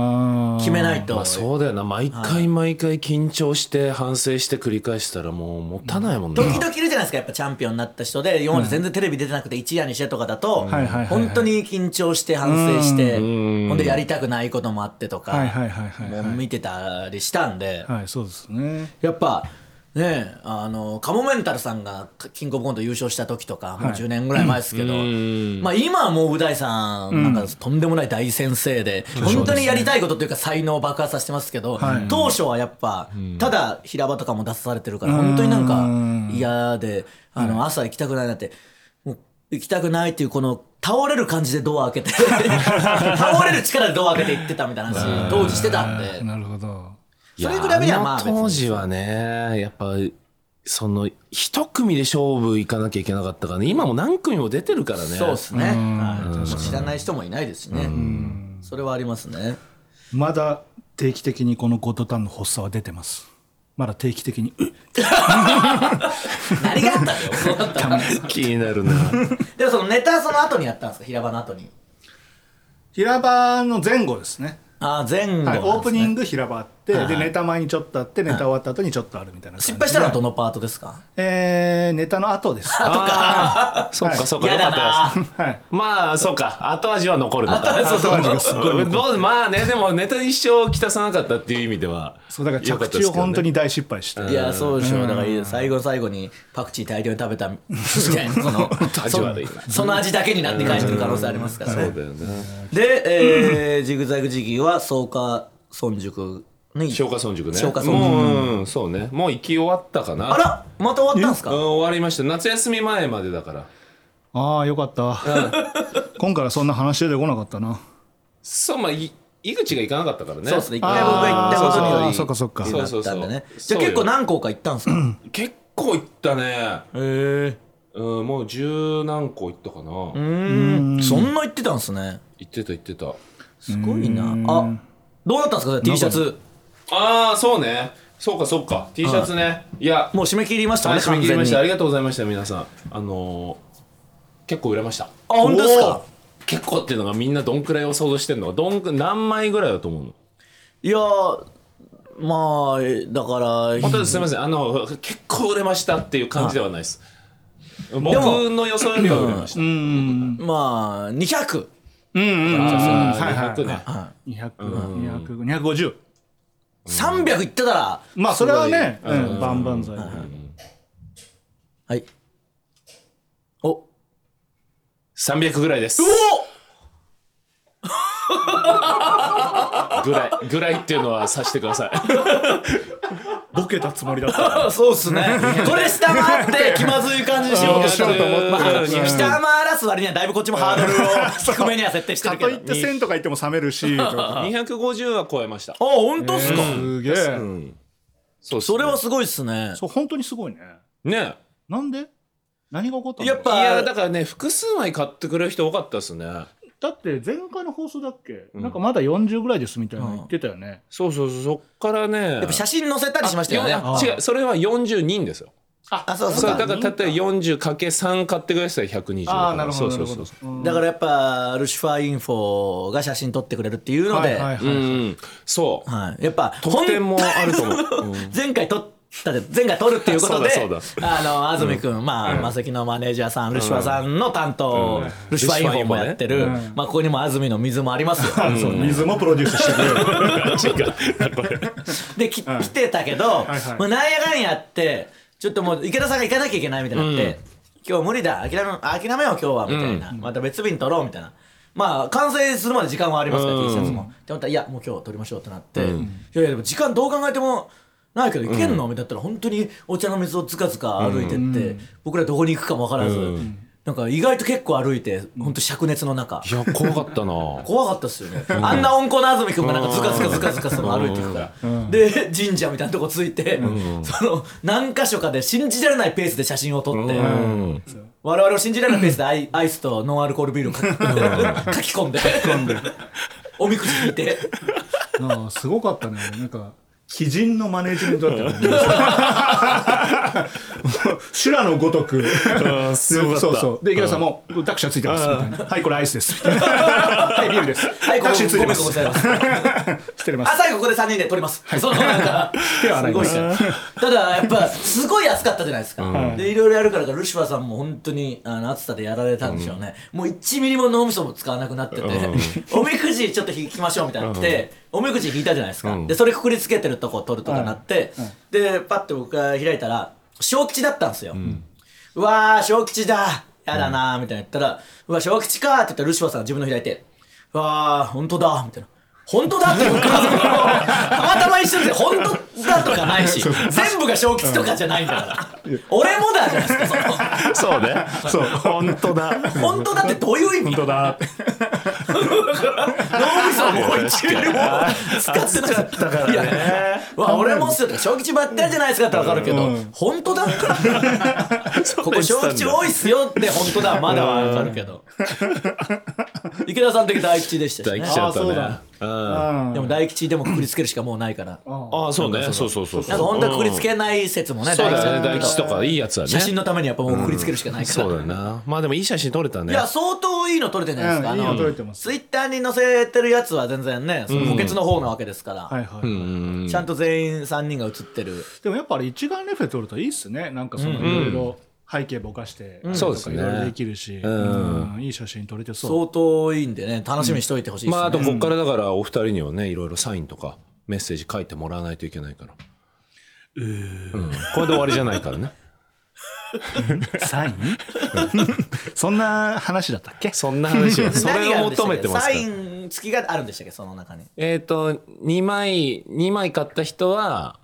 S2: ー
S3: 決めないと、
S1: まあそうだよな毎回毎回緊張して反省して繰り返したらもう持たないもんね
S3: 時々いるじゃないですかやっぱチャンピオンになった人で今まで全然テレビ出てなくて一夜にしてとかだ
S2: は
S3: と
S2: いはいはいはい
S3: 本当に緊張して反省して
S1: うん
S3: ほんでやりたくないこともあってとか
S2: はいはいはいはいはい
S3: もう見てたりしたんで
S2: はいそうですね
S3: やっぱねえあのカモメンタルさんがキングオブコント優勝した時とかもう
S2: はい
S3: 10年ぐらい前ですけど、
S1: うん
S3: まあ、今はもうう大さんなんかとんでもない大先生で、本当にやりたいことというか才能を爆発させてますけど、
S2: はい
S3: 当初はやっぱ、ただ平場とかも出されてるから本当になん
S2: うん
S3: か嫌であの朝行きたくないなってもう行きたくないっていうこの倒れる感じでドア開けて倒れる力でドア開けて行ってたみたいな話当時してたんで。
S2: なるほど
S1: いや
S3: それ比べりゃまあ
S1: あの当時はねやっぱその一組で勝負いかなきゃいけなかったからね今も何組も出てるからね
S3: そうですね、
S2: うん
S3: はいもう知らない人もいないですしね、それはありますね
S2: まだ定期的にこのゴッドタンの発作は出てますまだ定期的にうっ
S3: 何があったんだよそうだったら
S1: 気になる な
S3: でもそのネタその後にやったんですか平場の後に
S2: 平場の前後ですね
S3: ああ前後、
S2: はい、オープニン
S3: グ
S2: グ平場あって、
S3: はいはい
S2: でネタ前にちょっとあってネタ終わった後にちょっとあるみたいな感じ
S3: 失
S2: で
S3: 敗したのはどのパートですか
S2: えー、ネタの後ですは
S1: あーそっ
S2: は
S1: か
S2: い
S1: そうか
S3: 嫌
S1: よか
S3: だ
S1: ったです
S3: な
S2: いう
S1: まあそうか後味は残るのか
S3: あそうそ
S2: 後
S3: う
S2: 味がすごい
S1: どうまあねでもネタ一生来たさなかったっていう意味では
S2: そうだから
S1: 良かっ
S2: 着
S1: た
S2: 地
S1: です
S2: を
S1: けどね
S2: 本当に大失敗して、
S3: いやそうでしょうだから最後の最後にパクチー大量に食べたみたいな その
S1: 味悪いな
S3: そその味だけになって帰ってる可能性ありますから
S1: そう
S3: ね
S1: だよね
S3: で、えージグザグジギーは草加村塾に
S1: 消化村塾ね
S3: 消化村塾
S1: もう、うん、そうねもう行き終わったかな
S3: あらまた終わったんです
S1: うん
S3: か
S1: 終わりました夏休み前までだから
S2: ああよかった今回はそんな話出てこなかったな
S1: そうまあい井口が行かなかったからね
S3: そうですね一回僕が行ったことによ
S2: あ
S3: り
S2: ーそっかそっか
S3: ってなったんでね
S1: そうそうそう
S3: じゃあ結構何校か行ったんですか
S1: 結構行ったね
S3: へ
S1: うんもう十何個行ったかな
S3: えう
S1: 行
S3: ーんそんな行ってたんですね
S1: ってた行ってた
S3: すごいなあどうなったんですか T シャツ
S1: ああそうねそうかそうか T シャツねいや
S3: もう締め切りましたもん
S1: はい締め
S3: ね完
S1: 切り
S3: 全
S1: ま
S3: に
S1: したあ
S3: あ
S1: りがとうございました皆さんあのー結構売れましたあ
S3: 本当ですか
S1: 結構っていうのがみんなどんくらいを想像してるのかどんく何枚ぐらいだと思うの
S3: いやーまあえだから
S1: 本当ですすみませんあの結構売れましたっていう感じではないです僕の予想よりは売れました
S2: うん
S3: まあ200
S2: うんうんうん
S1: あー
S2: はいはい
S1: 200ね
S2: 200、200 250
S3: 300いってたら
S2: まあそれはね、
S1: すごい
S2: うん、万々歳、
S3: はいお
S1: 300ぐらいです
S3: お
S1: ぐらい、ぐらいっていうのはさしてください。
S2: ボケたつもりだった。
S3: そうっすね。 これ下回って気まずい感じにしようとしようと思って。
S1: まあ
S3: 下回らす割にはだいぶこっちもハードルを低めには設定して
S2: か
S3: る
S2: と
S3: け
S2: いっ
S3: ど。
S2: て1000とか言っても冷める し、
S1: 250は超えました
S3: あ、。本当っすか。
S2: すげえ。
S1: うん。そう
S3: それは
S1: そ
S3: すごいっすね。
S2: そう、本当にすごいね。
S1: うね。
S2: なんで何が起こったの
S3: やっぱ
S1: いや、だからね、複数枚買ってくれる人多かったですね。
S2: だって前回の放送だっけ、
S1: うん
S2: なんかまだ40ぐらいですみたいなの言ってたよね。
S1: そうそうそう、そっからね。
S3: やっぱ写真載せたりしましたよね。
S1: あ違う、それは40人ですよ。
S3: あ、そう
S1: そ
S3: そう
S1: れ
S3: か
S1: だ。から、例えば 40×3 買ってくれてたら120だから。
S2: ー
S1: そうそうそう。
S2: うん
S3: だからやっぱ、ルシファーインフォが写真撮ってくれるっていうの
S2: は
S3: で、
S2: いはい
S3: は
S2: はい、
S1: うん、そう。
S3: い。やっぱ、
S1: 得点もあると思う。うん
S3: 前回撮ったで前回撮るっていうことで
S1: そうだ
S3: あの安住君まあマセキのマネージャーさんルシファーさんの担当
S1: うん
S3: ルシファーインフォもやってる
S2: シファインフォね
S3: まあここにも安住の水もありますよ
S2: そう水もプロデュースしてくれる。
S3: でき来てたけど
S2: はいはい
S3: もうなんやかんやってちょっともう池田さんが行かなきゃいけないみたいになって今日無理だ諦め諦めよう今日はみたいなまた別日に撮ろうみたいな。まあ完成するまで時間はありますから
S1: うん
S3: T シャツも。でまたいやもう今日撮りましょうってなって、いやいやでも時間どう考えてもないけど行けんの、みたいなったら本当にお茶の水をずかずか歩いてって、僕らどこに行くかも分からず、
S1: うん
S3: なんか意外と結構歩いて本当灼熱の中
S1: いや、怖かったな。
S3: 怖かったっすよね、あんな温厚な安住君がなんかずかずかずかずかその歩いていくから、で神社みたいなとこついて、その何箇所かで信じられないペースで写真を撮って。
S1: うん。
S3: 我々を信じられないペースでアイアイスとノンアルコールビールをか 書き込んでおみくじ引いて
S2: なあすごかったねなんか鬼人のマネージメントだっ たよねもう修羅のごとく
S1: すごかった
S2: そうそうで池田さんも「タクシーはついてます」みたいな「はいこれアイスです」み たいなはいビールです」
S3: はいこ
S2: タクシーついてま
S3: ごめん
S2: す
S3: なさい
S2: 捨てれます
S3: あ最後ここで3人で撮ります。そうなんか
S2: 手を洗います
S3: すごいですねただやっぱすごい安かったじゃないですか。でいろいろやるからかルシファーさんも本当にあの暑さでやられたんでしょうね。もう1ミリも脳みそも使わなくなってて、 おみくじちょっと引きましょうみたいになって、おみくじ引いたじゃないですか。
S1: うん
S3: でそれくくりつけてるとこ取るとかなって、でパッて僕が開いたら小吉だったんですよ。うわー、小吉だやだなーみたいな言ったら、うわ、小吉かーって言ったらルシファーさんが自分の開いて、うわー、本当だみたいな。本当だって 僕はそのたまたま一緒で本当だとかないし、全部が小吉とかじゃないんだから。俺もだじゃないですか、
S1: そうね。そう。本当だ。
S3: その本当だってどういう意味
S2: 本当だ
S3: 脳みそをもう一ミリも 使ってないいやうわ俺もっすよとか小吉ばっかりじゃないですかって分かるけど、本当だここ小吉多いっすよって本当だまだは分かるけど池田さん的大吉でしたし
S1: 大
S3: ね
S1: 吉だった
S2: あーそうだ
S1: ね。うん
S2: うん
S3: でも大吉でもくくりつけるしかもうないから
S1: ああ、そうね。そうそうそう。
S3: なんか本当はくくりつ
S1: うん
S3: けない説もね
S1: そう
S3: 大吉
S1: だ
S3: だ
S1: ね。
S3: と
S1: 大吉とかいいやつだね。
S3: 写真のためにやっぱもうくくりつけるしかないから、
S1: そうだよな。まあでもいい写真撮れたね。
S3: いや相当いいの撮れてるじゃないですか、
S2: うんいいの
S3: あの
S2: 撮れてます
S3: ツイッターに載せてるやつは全然ねその補欠の方なわけですから、
S2: はいは
S1: う
S2: い、
S1: んうん
S3: ちゃんと全員3人が写ってる。
S2: でもやっぱあれ一眼レフで撮るといいっすねなんかそのいろいろ背景ぼかして、
S1: ん
S2: と
S1: そうです
S2: か
S1: ね
S2: いろいろできるし、
S1: ん
S2: うんいい写真撮れてそう
S3: 相当いいんでね、楽しみにしておいてほしいです、ね
S1: まああとこっからだからお二人にはねいろいろサインとかメッセージ書いてもらわないといけないから。うん、これで終わりじゃないから ね。
S2: サイン そんな話だったっけ
S1: そんな話 を、それ
S3: 何が
S1: を
S3: あるんでした
S1: 求
S3: っけ
S1: めてますか
S3: サイ
S1: ら。
S3: ン付きがあるんでしたっけ、その中に。
S1: えっ、と、2枚、二枚買った人は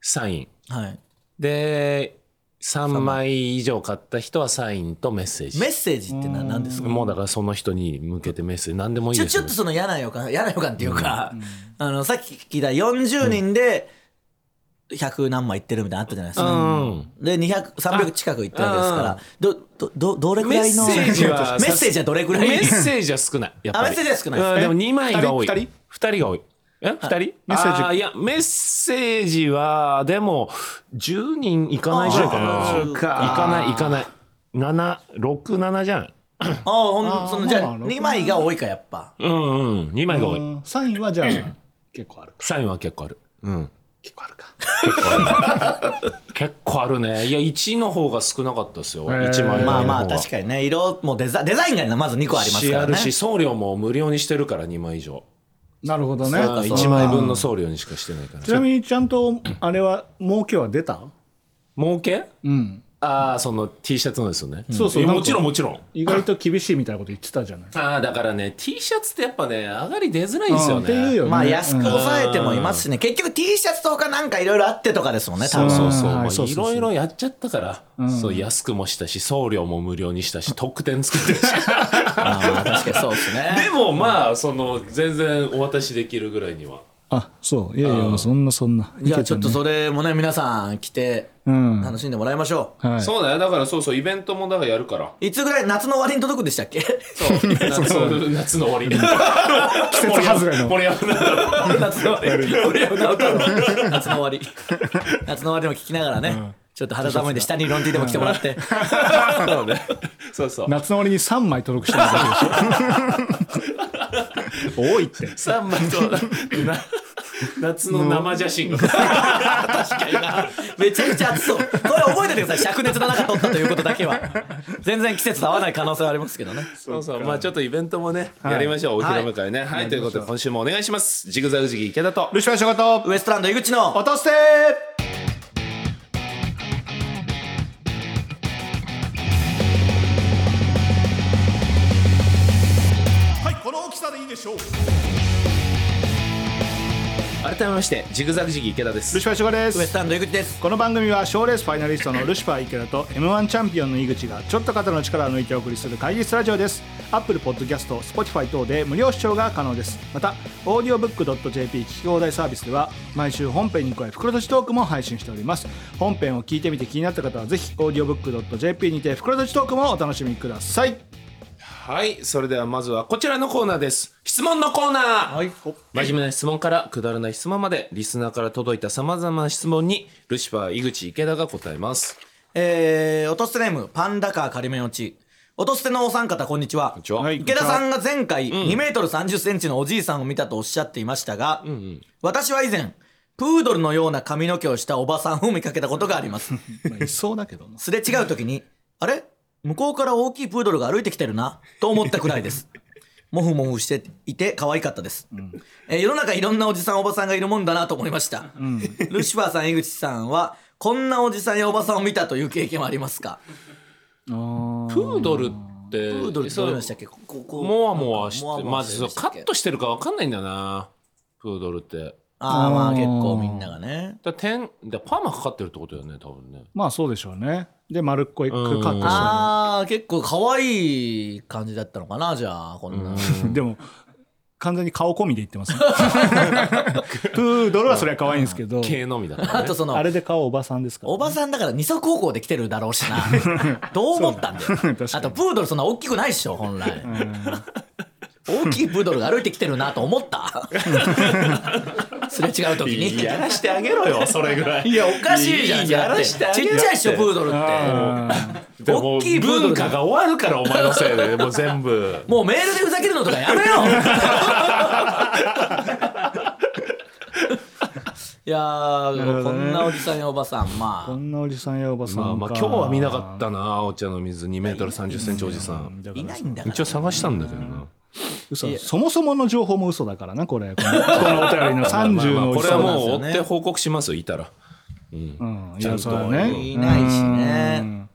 S1: サイン。
S3: はい。
S1: で、3枚以上買った人はサインとメッセージ
S3: メッ。セージってな何ですか
S1: もうだからその人に向けてメッセージ、何でもいい
S3: ちょ
S1: です
S3: ちょ
S1: よ、
S3: っ
S1: ね
S3: と。その嫌な予感、 嫌な予感っていうか、あの、さっき聞いた40人で100何枚いってるみたいなのあったじゃないですか。
S1: うん。
S3: で、200、300近くいったわけですから、ど、ど、ど、どれく
S1: メッ
S3: らい
S1: セ
S3: の。
S1: ージは、
S3: メッセージはどれくらい
S1: メッセージは少ない。やっぱり
S3: あメッセージは少ないです
S1: うんでも2枚が多い。
S2: 二人
S1: 二人が多い。え二人メ
S2: ッセージ
S1: いや、メッセージは、でも、10人いかないぐらいか
S3: あー
S1: な。
S3: そう
S1: い
S3: か
S1: かない、いかない。7、6、7じゃん。
S3: ああ、ほ
S2: あ
S3: ん、
S2: ー
S3: その、じゃ
S2: まあ
S3: あ
S2: まあ
S3: 2枚が多いか、やっぱ。
S1: うんうん。2枚が多
S2: う
S1: い。
S2: んサインはじゃあ結構あるか
S1: サインは結構ある。うん。
S2: 結構あるか
S1: 結構あるね。いや、1の方が少なかったですよ。
S2: へー
S1: 1枚目の方が。
S3: まあまあ、確かにね、色もデザデザインがまず2個あります
S1: し、
S3: か
S1: あ
S3: ら
S1: る
S3: ね。
S1: し、送料も無料にしてるから、2枚以上。
S2: なるほどね
S1: うん1枚分の送料にしかしてないから
S2: ち。なみにちゃんとあれは儲けは出た
S1: 儲け
S2: うん
S1: ああその T シャツのですよね、
S2: そうそう
S1: え
S2: なんか
S1: もちろんもちろん
S2: 意外と厳しいみたいなこと言ってたじゃない。
S1: ああだからね T シャツってやっぱね上がり出づらいんですよ
S2: う
S1: ね
S2: んっていうよね。
S3: まあ安く
S2: うん
S3: 抑えてもいますしね、結局 T シャツとかなんかいろいろあってとかですもんね、
S1: そ
S3: 多分
S1: うそう
S2: うんはい
S1: そ
S2: そう
S1: うい
S2: そ
S1: う
S2: そ
S1: ろ
S2: う
S1: いろやっちゃったから、そう安くもしたし送料も無料にしたし特典作ってるし
S3: あー確かにそうです
S1: で
S3: ね。
S1: もまあその全然お渡しできるぐらいには
S2: あ、そう。いやいや、そんなそんな。
S3: いや、ちょっと
S2: いけ
S3: それもね、皆さん来て、
S2: たね。うん。
S3: 楽しんでもらいましょ
S2: はい。
S1: そうだよだからそうそうイベントもだからやる から
S3: う。いつぐらい、夏の終わりに届くんでしたっけ
S1: そう夏夏の終わり季
S2: 節 外れの
S1: 盛り上がる
S3: 夏の終わり。俺は直太朗夏の終わ り。夏の終わりでも聞きながらね、ちょっと肌寒いんで下にロンティでも来てもらって。
S1: そうねそうそう
S2: 夏の終わりに3枚登録して るだけでしょ。多いって。
S1: 3枚とな夏の生写真が
S3: めちゃくちゃ暑そう。これ覚えててください。灼熱の中撮ったということだけは。全然季節と合わない可能性はありますけどね。
S1: そうそうまあちょっとイベントもねやりましょうお披露目会ねはいということで今週もお願いしますジグザグジギー池田と
S2: ルシファー仕事、
S3: ウエストランド井口の
S2: 落として
S1: 改めましてジグザグジギー池田です
S2: ルシファー仕事で
S3: ウエス
S2: す。
S3: トランド井口です。
S2: この番組は賞レースファイナリストのルシファー池田と M1 チャンピオンの井口がちょっと肩の力を抜いてお送りする会議室ラジオです。Apple Podcast、Spotify 等で無料視聴が可能です。また、audiobook.jp 聞き放題サービスでは毎週本編に加え袋とじトークも配信しております。本編を聞いてみて気になった方はぜひ audiobook.jp にて袋とじトークもお楽しみください。
S1: はいそれではまずはこちらのコーナーです質問のコーナー
S2: はい。
S1: 真面目な質問からくだらない質問までリスナーから届いたさまざまな質問にルシファー井口池田が答えます
S3: えー、落とすネーム、パンダカー仮面落ち。音捨てのお三方、こんにちは。
S1: ちは
S2: はい
S3: 池田さんが前回、2メートル30センチのおじいさんを見たとおっしゃっていましたが、私は以前、プードルのような髪の毛をしたおばさんを見かけたことがあり ます。
S2: まあ、いそうだけどな。
S3: すれ違う時に、あれ向こうから大きいプードルが歩いてきてるな、と思ったくらいです。もふもふしていて可愛かったです、えー世の中いろんなおじさんおばさんがいるもんだなと思いました。ルシファーさん、江口さんは、こんなおじさんやおばさんを見たという経験はありますか
S1: プードルって
S3: プードルってどういうのでした
S1: そ
S3: っけここ
S1: う
S3: こ
S1: もわもわしてまずそう
S3: る
S1: カットしてるかわかんないんだよなプードルって
S3: ああまあ
S2: あー
S3: 結構みんながね
S1: だ点だパーマかかってるってことだよね多分ね
S2: まあそうでしょうね。で、丸っこいカットしてあ
S3: ああ結構可愛い感じだったのかなじゃあこんな
S2: るでも、完全に顔込みで言って ます、ね。プードルはそれは可愛いんですけど、
S1: 毛のみだから
S3: あ
S1: ね
S3: とそ
S2: あ
S3: の
S2: れで顔おばさんですから、
S3: おばさんだから二足歩行で来てるだろうし などう思ったんだよ
S2: 確かに
S3: あとプードルそんな大きくないっしょ本来大きいプードルが歩いてきてるなと思った すれ違う時に
S1: やらしてあげろよそれぐらい
S3: いやおかしいじゃん
S1: や
S3: だっ
S1: ら
S3: て
S1: し
S3: ちって
S1: あ
S3: ち
S1: げ
S3: ゃ
S1: ろ
S3: いっしょプードルって
S2: あ
S1: でも
S3: 大きいプードル
S1: 文化が終わるからお前のせい でもう全部
S3: もうメールでふざけるのとかやめよ ういや
S2: なるほ
S3: ー、こ
S2: どね
S3: んなおじさんやおばさん、
S2: ーこ
S3: ま
S2: んなおじさんやおばさん
S1: ま
S2: か
S1: あまあ今日は見なかったなお茶の水2メートル3 0センチおじさん
S3: あ、いないいんだから
S1: 一応探したんだけどな
S2: 嘘
S3: いや
S2: そもそもの情報も嘘だからなこれこの このお便りの30のお
S1: こ
S2: じ
S1: れ
S2: さ
S1: は
S2: ん
S1: もう
S3: そうなん
S1: 追っ
S3: ですよ
S1: て
S3: ね
S1: 報告しますよいたら
S2: うんい
S1: ちゃ
S2: や
S1: んと
S2: それはね
S3: いないしね
S2: うん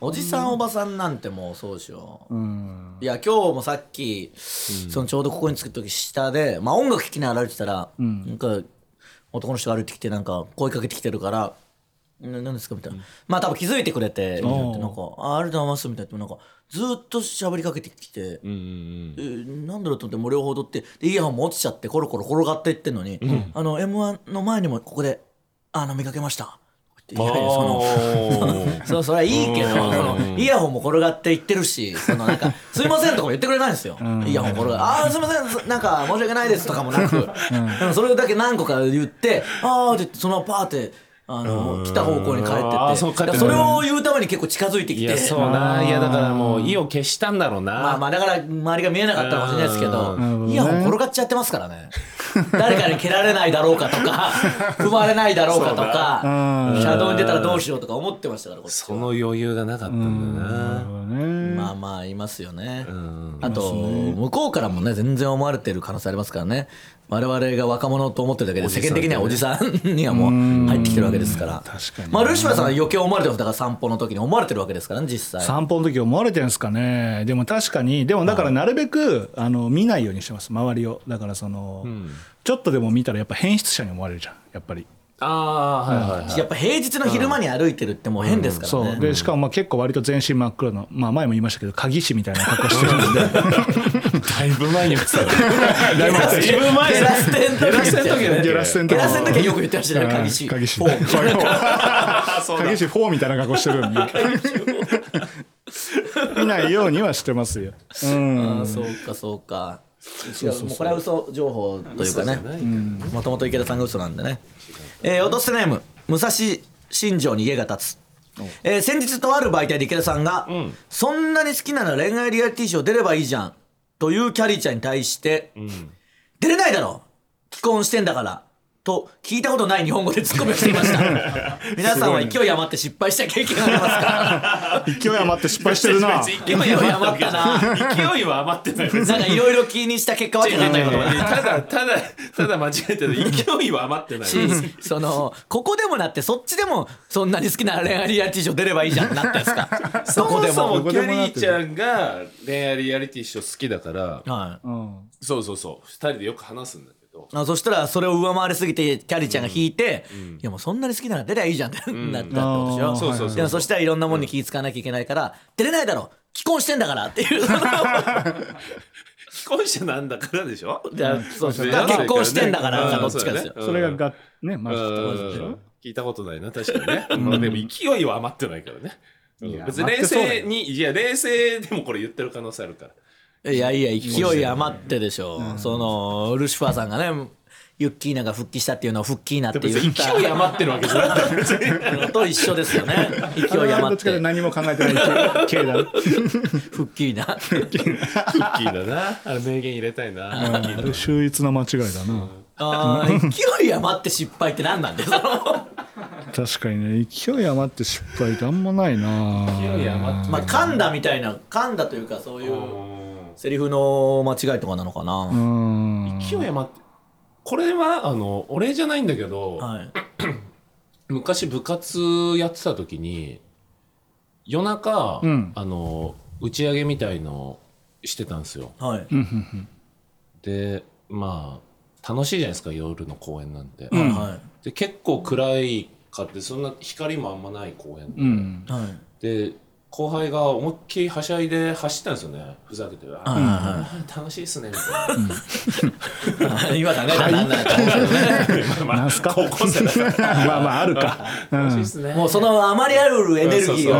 S3: おじさんおばさんなんてもうそうでしょ。
S2: うん
S3: いや、今日もさっき、そのちょうどここに着く時下で、まあ音楽聴きながら歩いてたら、なんか男の人が歩いてきて、なんか声かけてきてるから、な何ですかみたいな。まあ多分気づいてくれて、なんか、あありがとうございますみたいな。なんかずーっと喋りかけてきて、
S1: うんうん
S3: えーなんだろうと思ってもう両方踊ってでイヤホンも落ちちゃってコロコロ転がっていってんのに、あの m 1の前にもここで「あの見かけました」って
S1: う
S3: 言
S1: ん
S3: っていやいやその
S1: あー
S3: そうそれはいいけど
S1: うん
S3: そのイヤホンも転がっていってるし「そのなん かすいません」とかも言ってくれないんですよ、イヤホン転がああーすいませんなんか申し訳ないです」とかもなく、なんかそれだけ何個か言って「ああ」って言ってそのままパーって。あの来た方向に帰ってって
S1: あーそう帰ってっ
S3: だから
S1: て
S3: それを言うために結構近づいてきて
S1: いやそうないやだからもう意を消したんだろうな
S3: まあまあだから周りが見えなかったかもしれないですけど
S1: うん
S2: なるほど、ね
S3: イヤホン転がっちゃってますから ね。誰かに蹴られないだろうかとか、踏まれないだろうかとか
S2: そうだ、
S3: シャドウに出たらどうしようとか思ってましたから、こっちは
S1: その余裕がなかったんだよ
S2: なる
S1: な
S2: ほどね。
S3: まあまあいますよね、
S4: ん
S3: あと向こうからもね全然思われてる可能性ありますからね我々が若者と思ってるだけで世間的にはおじさんにはもう入ってきてるわけですから
S2: 確かに
S3: まあ、ルシファーさんは余計思われてますだから散歩の時に思われてるわけですからね実際
S2: 散歩の時思われてるんですかね。でも確かに、でもだからなるべく、あの、見ないようにしてます、周りを。だからその、ちょっとでも見たらやっぱ変質者に思われるじゃん、やっぱり。
S4: あーはいはいはい
S3: やっぱ平日の昼間に歩いてるってもう変ですからね、
S2: そう。で、しかもまあ結構割と全身真っ黒の、まあ前も言いましたけど、鍵師みたいな格好してるんで。
S4: だいぶ前に映った
S3: ゲラステンゲラステン
S2: ゲラステンの時
S3: ゲラステンの時はよく言ってましたね鍵師
S2: 鍵師
S3: フォー
S2: 鍵師4みたいな格好してるんで見ないようにはしてますよ、うん、
S3: あーそうかそうか違うもうこれは嘘情報というかねもともと池田さんが嘘なんでねえー落とせネーム武蔵新城に家が立つえー先日とある媒体で池田さんが、そんなに好きなら恋愛リアリティショー出ればいいじゃん」というキャリーちゃんに対して「出れないだろ既婚してんだから」と聞いたことない日本語でツッコミをしていました 皆さんは勢い余って失敗した経験がありますか
S2: 勢い余って失敗してる な
S1: 別に
S3: 勢い余ったな
S1: 勢いは余ってないです
S3: なんかいろいろ気にした結果わけないということが
S1: ただただただ間違えてる勢いは余ってない
S3: し、その、ここでもなって、そっちでも、そんなに好きな恋愛リアリティショー出ればいいじゃんってなったんです か。
S1: そ
S3: そこ
S1: も
S3: で
S1: そ
S3: も。
S1: もキャリーちゃんが恋愛リアリティショー好きだから
S3: はい。
S2: うん
S1: そうそうそう二人でよく話すんだけど
S3: あそしたら、それを上回りすぎて、キャリーちゃんが引いて、いやもうそんなに好きなら出りゃいいじゃんってなったってことでし
S2: あー
S3: ょ。
S1: そうそうそう
S3: でもそしたらいろんなもんに気ぃ使わなきゃいけないから、出れないだろ既婚してんだからっていう。その
S1: 既婚者なんだからでしょ
S3: じゃあ そうそう
S1: ね
S3: だから結婚してんだから、
S1: うん
S3: じゃあどっちかですよ。
S1: うん
S2: それががねま
S1: うん
S2: ず
S1: 聞いたことないな確かにね、まあでも勢いは余ってないからね
S2: や
S1: 別に冷静にいや冷静でもこれ言ってる可能性あるから
S3: いやいや、勢い余ってでしょ。その、ルシファーさんがね、ユッキーナが復帰したっていうのを復帰ーナって
S1: 別
S3: 言
S1: に
S3: った。
S1: 勢い余ってるわけじゃない
S3: のと一緒ですよね。
S2: それ
S3: 勢
S2: は
S3: い
S2: ど
S3: 余
S2: っ
S3: っ
S2: ちかで
S3: て、
S2: 何も考えてない 系だ
S3: 復帰な。
S1: クッキーだなあれ名言入れたいな
S2: 秀逸な間違いだな
S3: あー勢い余って失敗って何なんだよ。
S2: 確かにね勢い余って失敗ってあんまないな
S1: 勢い余って
S3: まあ、噛んだみたいな、噛んだというか、そういうセリフの間違いとかなのか
S2: う
S3: な。
S2: ん
S1: 勢い余ってこれはあの俺じゃないんだけど、
S3: はい。
S1: 昔部活やってた時に夜中、
S2: うん
S1: あの打ち上げみたいのしてたんですよ
S3: はい。
S1: でまあ楽しいじゃないですか夜の公園なんて、
S2: ん
S3: は
S1: で結構暗いかってそんな光もあんまない公園で、
S2: うん
S3: い。はい。
S1: で後輩が思いっきりはしゃいで走ったんですよねふざけて、
S3: はいは
S1: あー楽しいっ すねみたい
S3: 今考えたら何なんだと思うけどね。
S1: なまあ
S2: なんすか高校生まあまああるか
S1: 楽しいっすね
S3: もうそのあまりあるエネルギーを。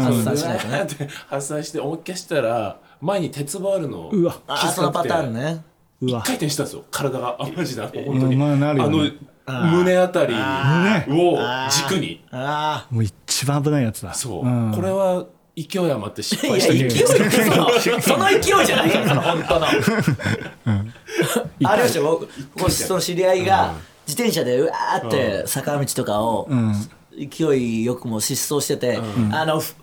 S1: を
S3: 発散しないとね
S1: 発散して思いっきりしたら前に鉄棒あるの
S2: うわ
S3: あ、そのパターンね。
S2: う
S1: 一
S2: わ
S1: 回転したんですよ体があマジだ本当
S2: う
S1: に、
S2: んまあなるよね
S1: あの胸あたりを軸に
S3: あ
S2: もう一番危ないやつだ
S1: そう、
S2: ん
S1: これは勢い余って失
S3: あ。
S1: 敗
S3: いや、
S1: した
S3: 勢い
S1: 経
S3: って
S1: 験
S3: その、 その勢いじゃないから、その本当の。ありましたよ、僕、僕その知り合いが、自転車でうわーって坂道とかを、
S2: うん
S3: 勢いよくもう失踪してて、あの、ふ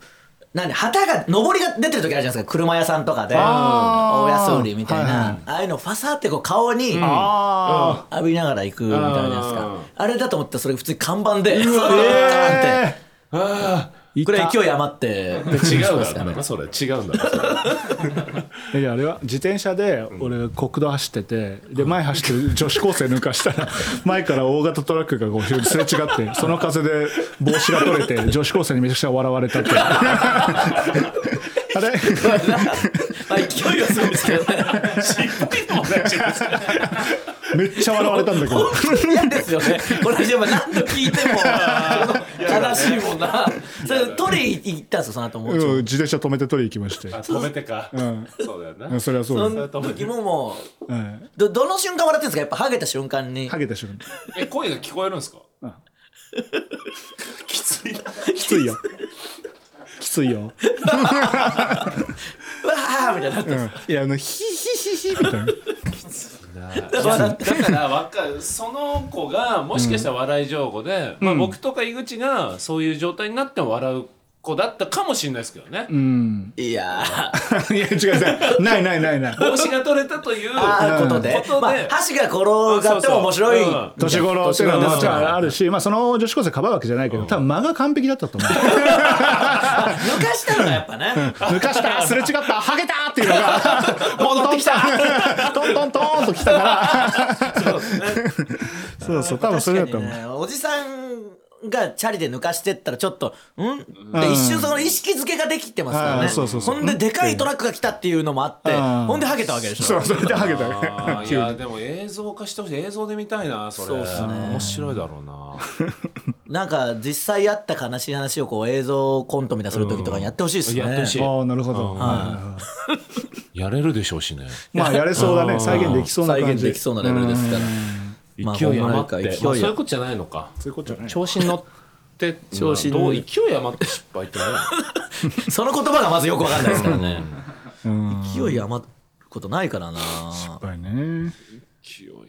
S3: 何旗が上りが出てる時あるじゃないですか車屋さんとかで
S2: あー
S3: 大安売りみたいな、
S2: はいはい
S3: ああいうのファサーってこう顔に浴
S2: あ
S3: びながら行くみたいなやつ
S1: うん
S3: かあれだと思ってそれ普通に看板でうわ
S2: あ
S3: ーンって
S1: あ
S3: これ勢
S2: い
S3: い余って
S1: あ違うん
S3: すか
S1: だ
S3: ね
S1: なそれ違うんだなそれ
S2: いやあれは自転車で俺国道走っててで前走ってる女子高生抜かしたら前から大型トラックがこうすれ違ってその風で帽子が取れて女子高生にめちゃくちゃ笑われたってあれ
S3: まあ勢いはすごいですけど ね
S2: めっちゃ笑われたんだけど
S3: 嫌ですよね。これでも何度聞いても 悲しいもんな。それ取り行ったんですよその後もうち
S2: うん
S3: ょい。
S2: 自転車止めて取り行きまして
S1: あ止めてか、そうだよ
S2: う
S1: なん
S2: それはそ
S3: そう
S2: です
S3: の時ももう
S2: うん
S3: どどの瞬間笑ってるんですか。やっぱハゲた瞬間に
S2: ハ。ゲた瞬
S1: え声が聞こえるんですか
S3: きつい。わ
S2: 間きついよきついよ、
S3: あみたいになって
S2: う
S3: る。
S2: ん、いやあのヒヒヒヒみ たいな
S1: だからだからわかその子がもしかしたら笑い情報で、まあ、僕とか井口がそういう状態になっても笑う子だったかもしれないですけどね。
S2: うん。
S3: いやー、
S2: いや、違う違う。ないないないない。
S1: 帽子が取れたという。
S3: あーことで
S1: こ。とで
S3: まあ、箸が転がっても面白い。
S1: そうそううん
S2: 年頃っていう
S1: 年頃
S2: のはまあ
S1: ですから
S2: あるし、まあ、その女子高生かばうわけじゃないけど、多分間が完璧だったと 思う。
S3: 抜かしたのがやっぱね。
S2: 抜かした、すれ違った、ハゲたっていうのが、 戻ってきた、トントントンと来たから、 そうそう、多分それだと思
S3: 確
S2: う。
S3: かにねおじさんがチャリで抜かしてったらちょっと、んで一瞬その意識づけができてますから
S2: う
S3: ね。
S2: んそうそうそう
S3: ほんででかいトラックが来たっていうのもあって、
S2: うん
S3: ほんでハゲたわけでしょ。
S2: そう、それでハゲたね。
S1: あー いやでも映像化してほしい映像で見たいなそれ
S3: そうっすね
S1: 面白いだろうな
S3: なんか実際あった悲しい話をこう映像コントみたいなする時とかにやってほしいですね。
S1: うんやってほしい
S2: ああ、なるほど。
S1: うん
S2: は
S1: やれるでしょうしね
S2: いまあ、やれそうだね。再現できそうな
S3: 再
S2: 感
S3: 現
S2: じ。
S3: できそうなレベルですから。まあ
S1: 勢い余って、
S3: ほんま
S1: ま
S3: に
S1: あ、
S3: 勢い
S1: そう
S3: 余
S1: いうことじゃないのか
S2: そういうことじゃない。
S1: 調子に乗って
S3: 調子に
S1: どう勢い余って失敗ってね
S3: その言葉がまずよくわかんないですからね。勢い余ることないからな。
S2: やっぱりね。
S1: 勢い余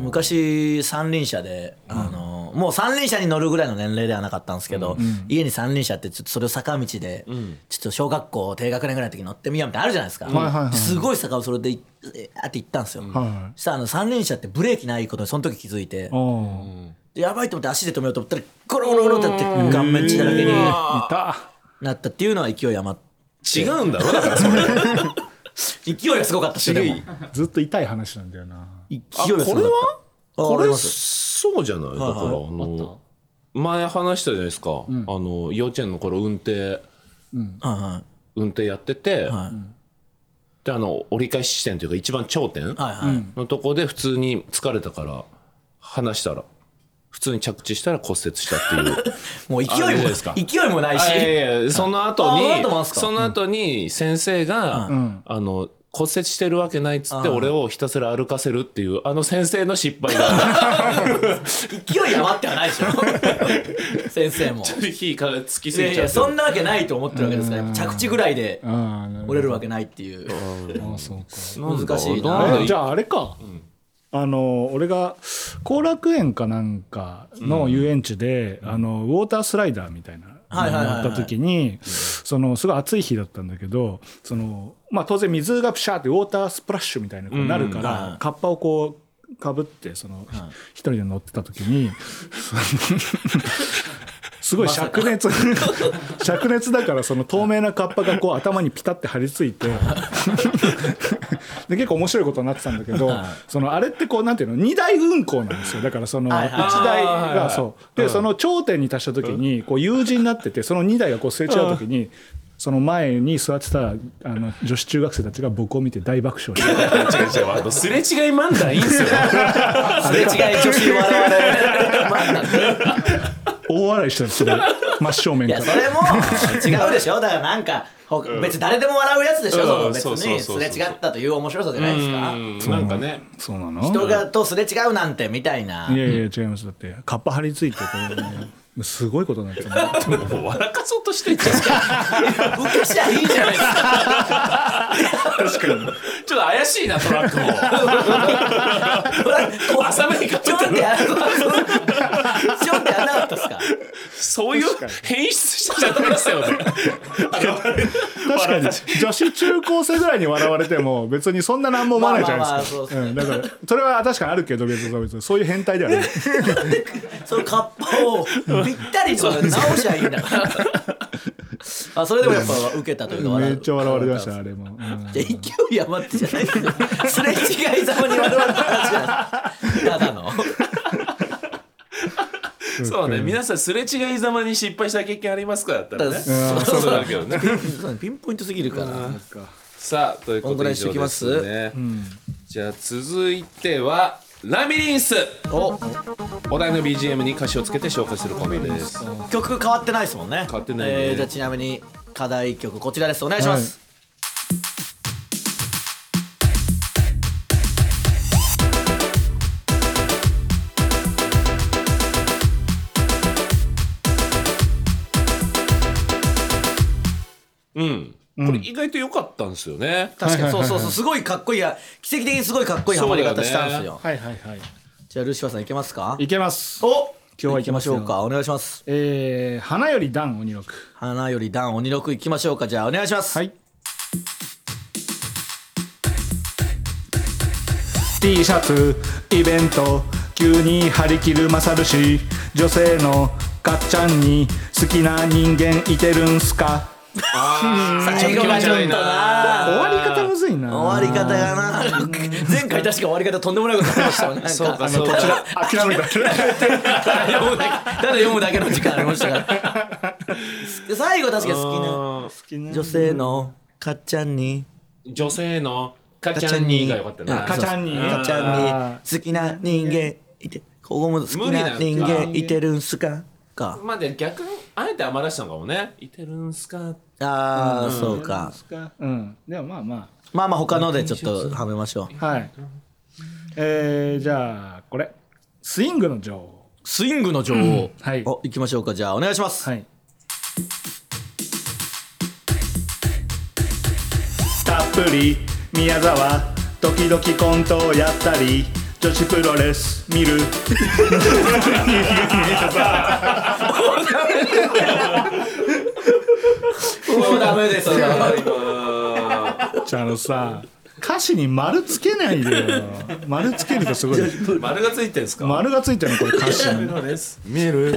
S3: 昔三輪車で、あのもう三輪車に乗るぐらいの年齢ではなかったんですけど、家に三輪車ってちょっとそれを坂道で、ちょっと小学校低学年ぐらいの時に乗ってみようみたいなのあるじゃないですか、
S2: はいはいはい
S3: すごい坂をそれでいえーって行ったんですよ、
S2: は
S3: そしたらあの三輪車ってブレーキないことにその時気づいて
S2: い。お
S3: でやばいと思って足で止めようと思ったらゴロゴロゴロってやって顔面血だらけに
S2: いた。
S3: なったっていうのは勢い余っ
S1: 違うんだろだから それ
S3: 勢いがすごかったしでも勢い
S2: ずっと痛い話なんだよな。
S3: が
S1: あ
S3: すごかった
S1: これは
S3: あ
S1: こ
S3: あり
S1: れ
S3: ます
S1: そうじゃないだからあの前話したじゃないですか、あの幼稚園の頃運転
S3: はいはい
S1: 運転やってて、
S3: はい
S1: であの折り返し地点というか一番頂点、
S3: はいはい、
S1: のとこで普通に疲れたから離したら普通に着地したら骨折したっていう
S3: もう勢
S1: あれじゃない
S3: いも
S1: ですか
S3: 勢いもないし
S1: いやいやその後
S3: ああな
S1: に
S3: たもあんすか
S1: その後に先生が、
S2: ん
S1: あの骨折してるわけないっつって
S3: ああ
S1: 俺をひたすら歩かせるっていうあの先生の失敗が
S3: 勢い余ってはないで しょ先生も
S1: 火から突き
S3: い
S1: す
S3: や
S1: ぎ
S3: い
S1: ちゃ
S3: や
S1: って
S3: そんなわけないと思ってるわけですからやっぱ着地ぐらいで
S2: ああ、なるほ
S3: 折れるわけないっていう
S2: ど。ああ、そうか。
S1: なんだ
S3: 難しいな
S1: なんだ
S2: あじゃああれか、あの俺が後楽園かなんかの遊園地で、あのウォータースライダーみたいなの
S3: はいはいはいはい
S2: やった時にそのすごい暑い日だったんだけどその、まあ、当然水がプシャーってウォータースプラッシュみたいなこうなるから、
S3: うんうん
S2: カッパをこうかぶってその、一人で乗ってた時に。 すごい灼熱 灼熱だからその透明なカッパがこう頭にピタッて張り付いて で結構面白いことになってたんだけどそのあれってこうなんていうの2台運行なんですよだからその
S3: はい
S2: 1
S3: はい
S2: 台
S1: はいはいはい
S2: がそうでその頂点に達した時にこう U 字になっててその2台がこうすれ違う時にその前に座ってたあの女子中学生たちが僕を見て大爆笑して
S1: あのすれ違い漫談いいんすよ
S3: すれ違い女子我々まあ
S2: 大笑いしてたんですよ真正面
S3: い
S2: か
S3: やそ
S2: ら。
S3: れも違うでしょだからなんかほ別に誰でも笑うやつでしょその
S1: うん
S3: 別
S1: そうそう
S3: に
S1: そ
S3: す
S1: う
S3: れ違ったという面白さじゃないですか
S1: うんなんかね
S2: そうなの
S3: 人がとすれ違うなんてみたいない
S2: やいや違いますだってカッパ張り付いてこうすごいことになってたね
S1: もう笑かそうとしてんじゃんちょ
S3: 受けしゃいいじゃないですか
S1: っと怪しいなトラックも
S3: 浅めにかちょんってやるちょんってやらなかったっすか
S1: そういう変質しちゃダメですよね
S2: 確かに女子中高生ぐらいに笑われても別にそんな何も思わないじゃないですか
S3: まあまあまあそうですね
S2: うんだからそれは確かにあるけど別に別にそういう変態ではない
S3: そのカッパをぴったりと直しゃいいんだから あそれでもやっぱ受けたというか
S2: め
S3: 笑う
S2: っちゃ笑われてましたあれも、うん
S3: じゃあ勢い余ってじゃないですよすれ違いざまに笑われた話じゃないですただの
S1: そうね皆さんすれ違いざまに失敗した経験ありますかだったらね
S3: だから
S1: そうだけどね
S3: そうピンポイントすぎるから
S1: さあというこ
S3: こんぐ
S1: と
S3: ら
S1: で
S3: い
S1: 以
S3: しと
S1: 上
S3: き
S1: で
S3: ます
S1: すね、じゃあ続いてはラミリンス
S3: お
S1: お題の BGM に歌詞をつけて紹介するコンビです
S3: 曲変わってないですもんね
S1: 変わってないね
S3: えーじゃあちなみに課題曲こちらですお願いします、
S1: うんこれ意外と良かったんですよね、
S3: 確かにそうそうそうすごいかっこいいや奇跡的にすごいかっこいいハマり方したんです
S1: そうだ
S3: よ、
S2: はいはいはい
S3: じゃあルシファーさんいけますか
S2: いけます
S3: お
S2: 今日は
S3: 行きましょうか。お願いします。
S2: えー、花より段鬼六。
S3: 花より段鬼六行きましょうか。じゃあお願いします。
S2: はい。T シャツ、イベント、急に張り切る勝るし、女性のかっちゃんに好きな人間いてるんすか
S3: 最後がちょっと
S2: 終
S3: な。
S2: わり方むずいな。
S3: 終わり方がな。前回確か終わり方とんでもないことありましたよね。なん
S5: そうか
S2: あの
S5: そう
S2: こ
S5: か
S2: ち ら、諦めた。
S3: ただ読むだけ、ただ読むだけの時間ありましたから。最後確かに好
S5: あー
S3: きな女性のかっちゃんに、
S5: 女性のかちゃんにが良かったな
S3: あ
S2: かちゃんに
S5: そう
S3: かっちゃんに好きな人間いて、ここも好きな人間いてるんすかか。
S5: まあで逆にあえて余らしたのかもねいてるんすか
S3: ああ、そうか。
S2: うん。でもまあま
S3: まあまあ他のでちょっとはめましょう。
S2: あ。はい。えー、じゃあ、これ。スイングの女王。
S3: スイングの女王。
S2: はい。
S3: お、行きましょうか。じゃあお願いします。
S2: はい。たっぷり宮沢時々コントをやったり女子プロレス見る
S3: もうダメです。
S2: じゃあのさ歌詞に丸つけないでよ丸つけるとすごい
S5: 丸がついてるんすか
S2: 丸がついてるのこれ歌詞 に
S5: 見えるい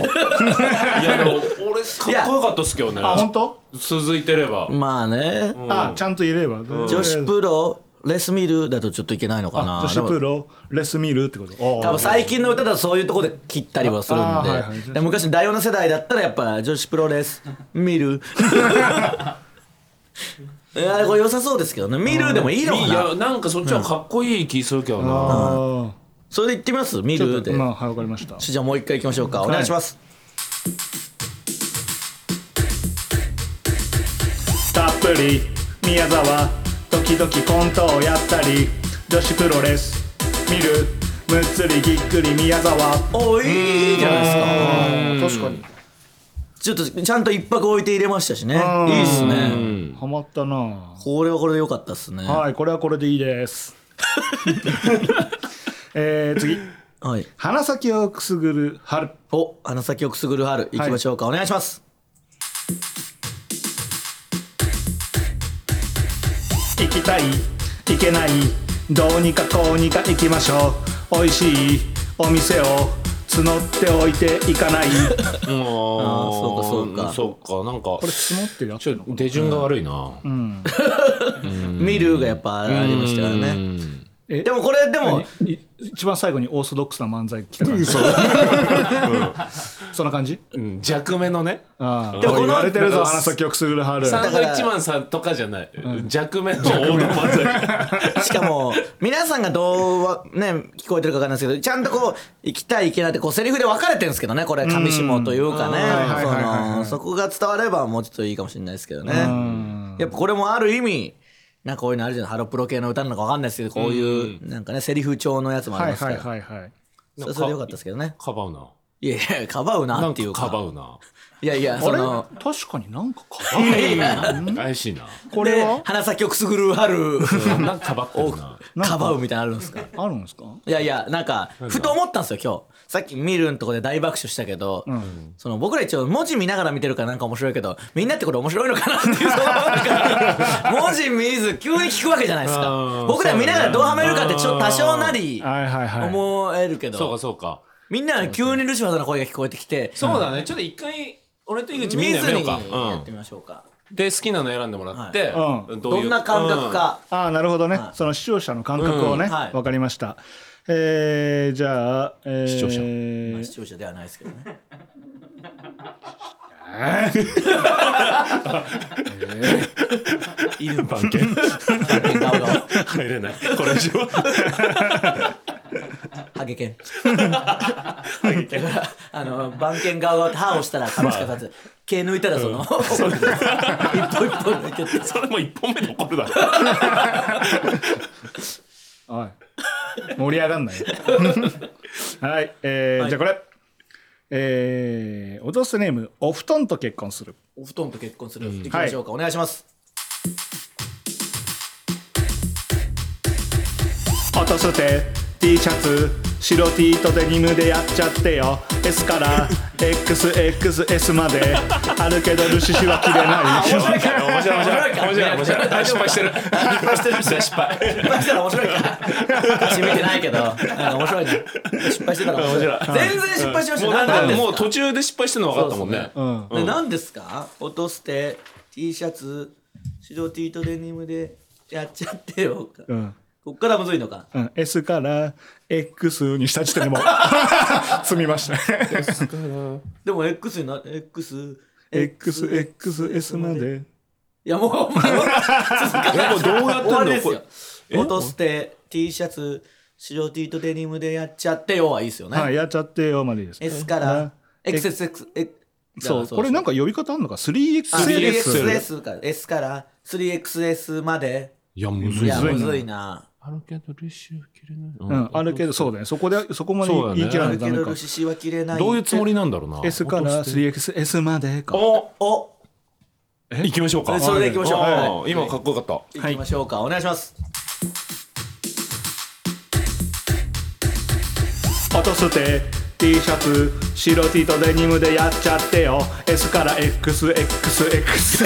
S5: やでも俺かっこよかったっすけどね
S2: あ本当
S5: 続いてれば
S3: まあね。
S2: あちゃんと入れれば、
S3: 女子プロレスミルだとちょっといけないのかな
S2: あ女子プロレス見るってことおー
S3: 多分最近の歌だとそういうとこで切ったりはするんで,、
S2: あーはいはい
S3: で昔の第4の世代だったらやっぱ女子プロレス 見るいやこれ良さそうですけどね見るでもいいのか
S5: いや
S3: な
S5: なんかそっちはかっこいい気するけどな
S2: あ
S3: それで行ってみます見
S2: ーちょ
S3: る
S2: っと
S3: で、
S2: まあはいわかりました
S3: じゃあもう一回行きましょうか、お願いします
S2: たっぷり宮沢時々コントをやったり女子プロレス見るむっつりぎっくり宮沢
S3: おいいじゃないですか
S2: 確かに
S3: ちょっとちゃんと一泊置いて入れましたしねいいっすね
S2: ハマったな
S3: これはこれで良かったっすねは
S2: はいこれはこれでいいですえー、次
S3: い、
S2: 鼻先をくすぐる春
S3: お鼻先をくすぐる春行きましょうか、お願いします
S2: 行きたい行けないどうにかこうにか行きましょう美味しいお店を募っておいていか ない
S5: あ
S3: ーそうかそう
S5: かそうかなんか
S2: これ募ってやっ
S5: ち
S2: て
S5: ょ
S2: ん
S5: っ
S2: の
S5: と手順が悪いな
S3: 見るがやっぱありましたから
S5: う
S3: ね
S5: ん
S2: え
S3: でもこれでも
S2: い一番最後にオーソドックスな漫才来た感じ そんな感じ
S5: うん弱めのね
S2: ああ
S3: でもこの
S2: 言われてるぞ
S5: なんか
S2: 花咲をくすぐる春
S5: サン
S3: ん
S5: ドイッチマンさんとかじゃない弱めの王道漫才
S3: しかも、皆さんがどうは、ね、聞こえてるかわかんないですけど、ちゃんとこう、行きたい行けないって、こう、セリフで分かれてるんですけどね、これ、上下というか
S2: うんは
S3: ね、そ
S2: いはいはいはい
S3: の、そこが伝わればもうちょっといいかもしれないですけどね
S2: ん。
S3: やっぱこれもある意味、なんかこういうのあるじゃない、ハロプロ系の歌なのかわかんないですけど、こういう、なんかね、セリフ調のやつもあ
S2: は
S3: り
S2: い
S3: ますか
S2: はい
S3: ら。
S2: はいはい
S3: それそれでよかったですけどね。
S5: かば うない
S3: やいや、かばうな
S5: なん
S3: っていう
S5: か
S3: か。
S5: かばうな
S3: ういやいや、その、
S2: あれ確かになんかか
S5: 怪しいな
S2: これは
S3: で鼻先をくすぐる
S5: う
S3: 春、
S5: んなんかかばってる な
S3: かばうみたいなのあるんですか
S2: あるんですか
S3: いやいや、なんか、ふと思ったんですよ、今日。さっき見るんとこで大爆笑したけど、その僕ら一応文字見ながら見てるからなんか面白いけど、みんなってこれ面白いのかなっていう、そのなんか文字見ず急に聞くわけじゃないです
S5: う
S3: か
S5: ん。
S3: 僕ら見ながらどうはめるかってちょっと多少なり
S2: はいはいはい
S3: 思えるけ
S5: そうか
S3: ど、
S5: そうか
S3: みんなが急にルシファーさんの声が聞こえてきて、
S5: そうだねちょっと一回俺と井口みんな
S3: 見
S5: やめよ
S3: ず
S5: う
S3: に
S5: か
S3: やっ
S5: う
S3: てみましょうか。
S5: んで好きなの選んでもらって
S2: はいう
S5: い
S3: ど
S5: うん
S3: な感覚か。
S2: ああなるほどね
S3: はい
S2: その視聴者の感覚をね
S3: うんはい
S2: わかりましたえーじゃあ視
S5: 聴者
S3: まあ視聴者ではないですけどね。
S5: 犬番犬
S3: ガオガオ
S5: 入れないこれ以上
S3: ハゲ犬。だから、あの、番犬側が歯を押したら、髪しか立つ。毛抜いたら、その、一歩一歩抜いてって。
S5: それも一本目で怒るだろ
S2: おい盛り上がんないはい、えーじゃあこれえー、落とすネームお布団と結婚する
S3: お布団と結婚する。行きましょうか。お願いします。
S2: 落とす手 T シャツ白 T とデニムでやっちゃってよ S から XXS まであるけどルシシは着れない
S5: 面白い面白い面白い面白いあ失敗してる
S3: 失敗してる失敗失敗したら面白いか私見てないけどなんか面白いね失敗してたら面白い全然失敗しまし
S5: もう
S3: たよ
S5: だ
S3: な
S5: っ
S3: なん
S5: て
S3: で
S5: もう途中で失敗してるの分かったもんね
S2: うん
S3: で何ですか音捨て T シャツ白 T とデニムでやっちゃってよ
S2: うん
S3: こっからむずいのか
S2: うん、S から X にした時点でも う積みましたね
S3: でも X にな X
S2: XXS まで
S3: いやもうお前続かない
S5: もうどうやってんの
S3: 終わりですよ
S5: これ
S3: 音捨て T シャツ白 T とデニムでやっちゃってよはいいですよね、
S2: はいやっちゃってよまでいいです
S3: S か
S2: うん
S3: ら XSX え
S2: そうこれなん
S3: か
S2: か呼び方あんのか 3XS
S3: XS から S から 3XS まで
S5: いやむ
S3: い
S5: ずい
S3: や
S5: な
S2: むずい
S3: む
S2: な
S3: ずいな
S5: あるけどレシュー切れない
S2: うんあるけどそうだねそこでそこまで
S5: そうだね
S2: 言い切ら
S3: あ
S2: ない
S3: る
S2: と
S3: け
S2: ダメ
S3: ど
S2: か
S3: ルシシは切れない
S5: どういうつもりなんだろうな
S2: S から 3XS までか
S5: お
S3: お
S5: 行きましょうか
S3: それで行きましょう
S5: あー
S3: はい
S5: 今かっこよかった
S3: 行きましょうか、お願いします
S2: 落とすて T シャツ白 T とデニムでやっちゃってよ S から XXX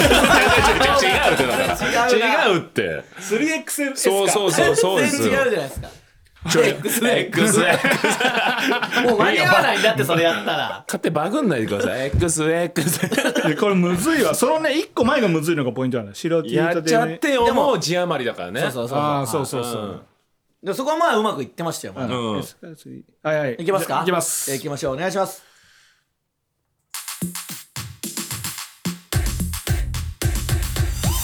S5: 違うってだから
S3: 違うな
S5: 違うって
S2: 3XS
S5: そうそうそうそうです
S3: 全然
S5: よ
S3: 違うじゃないですか X で X もう間に合わないんだってそれやったら
S5: 勝手バグんないでください XX
S2: これむ ずいわそのね一個前がむずいのがポイントなの白 T
S5: や
S2: と
S5: っち
S2: デ
S5: ゃ
S2: ニ
S5: っ
S2: ム
S5: てよもう字余りだからね
S3: そうそうそう
S2: ああそうそうそう
S3: でそこはまあうまくいってましたよ、まだ
S5: うん
S2: S から 3- はいはい
S3: いきますか
S2: いきま
S3: えー
S2: す
S3: いきましょうお願いします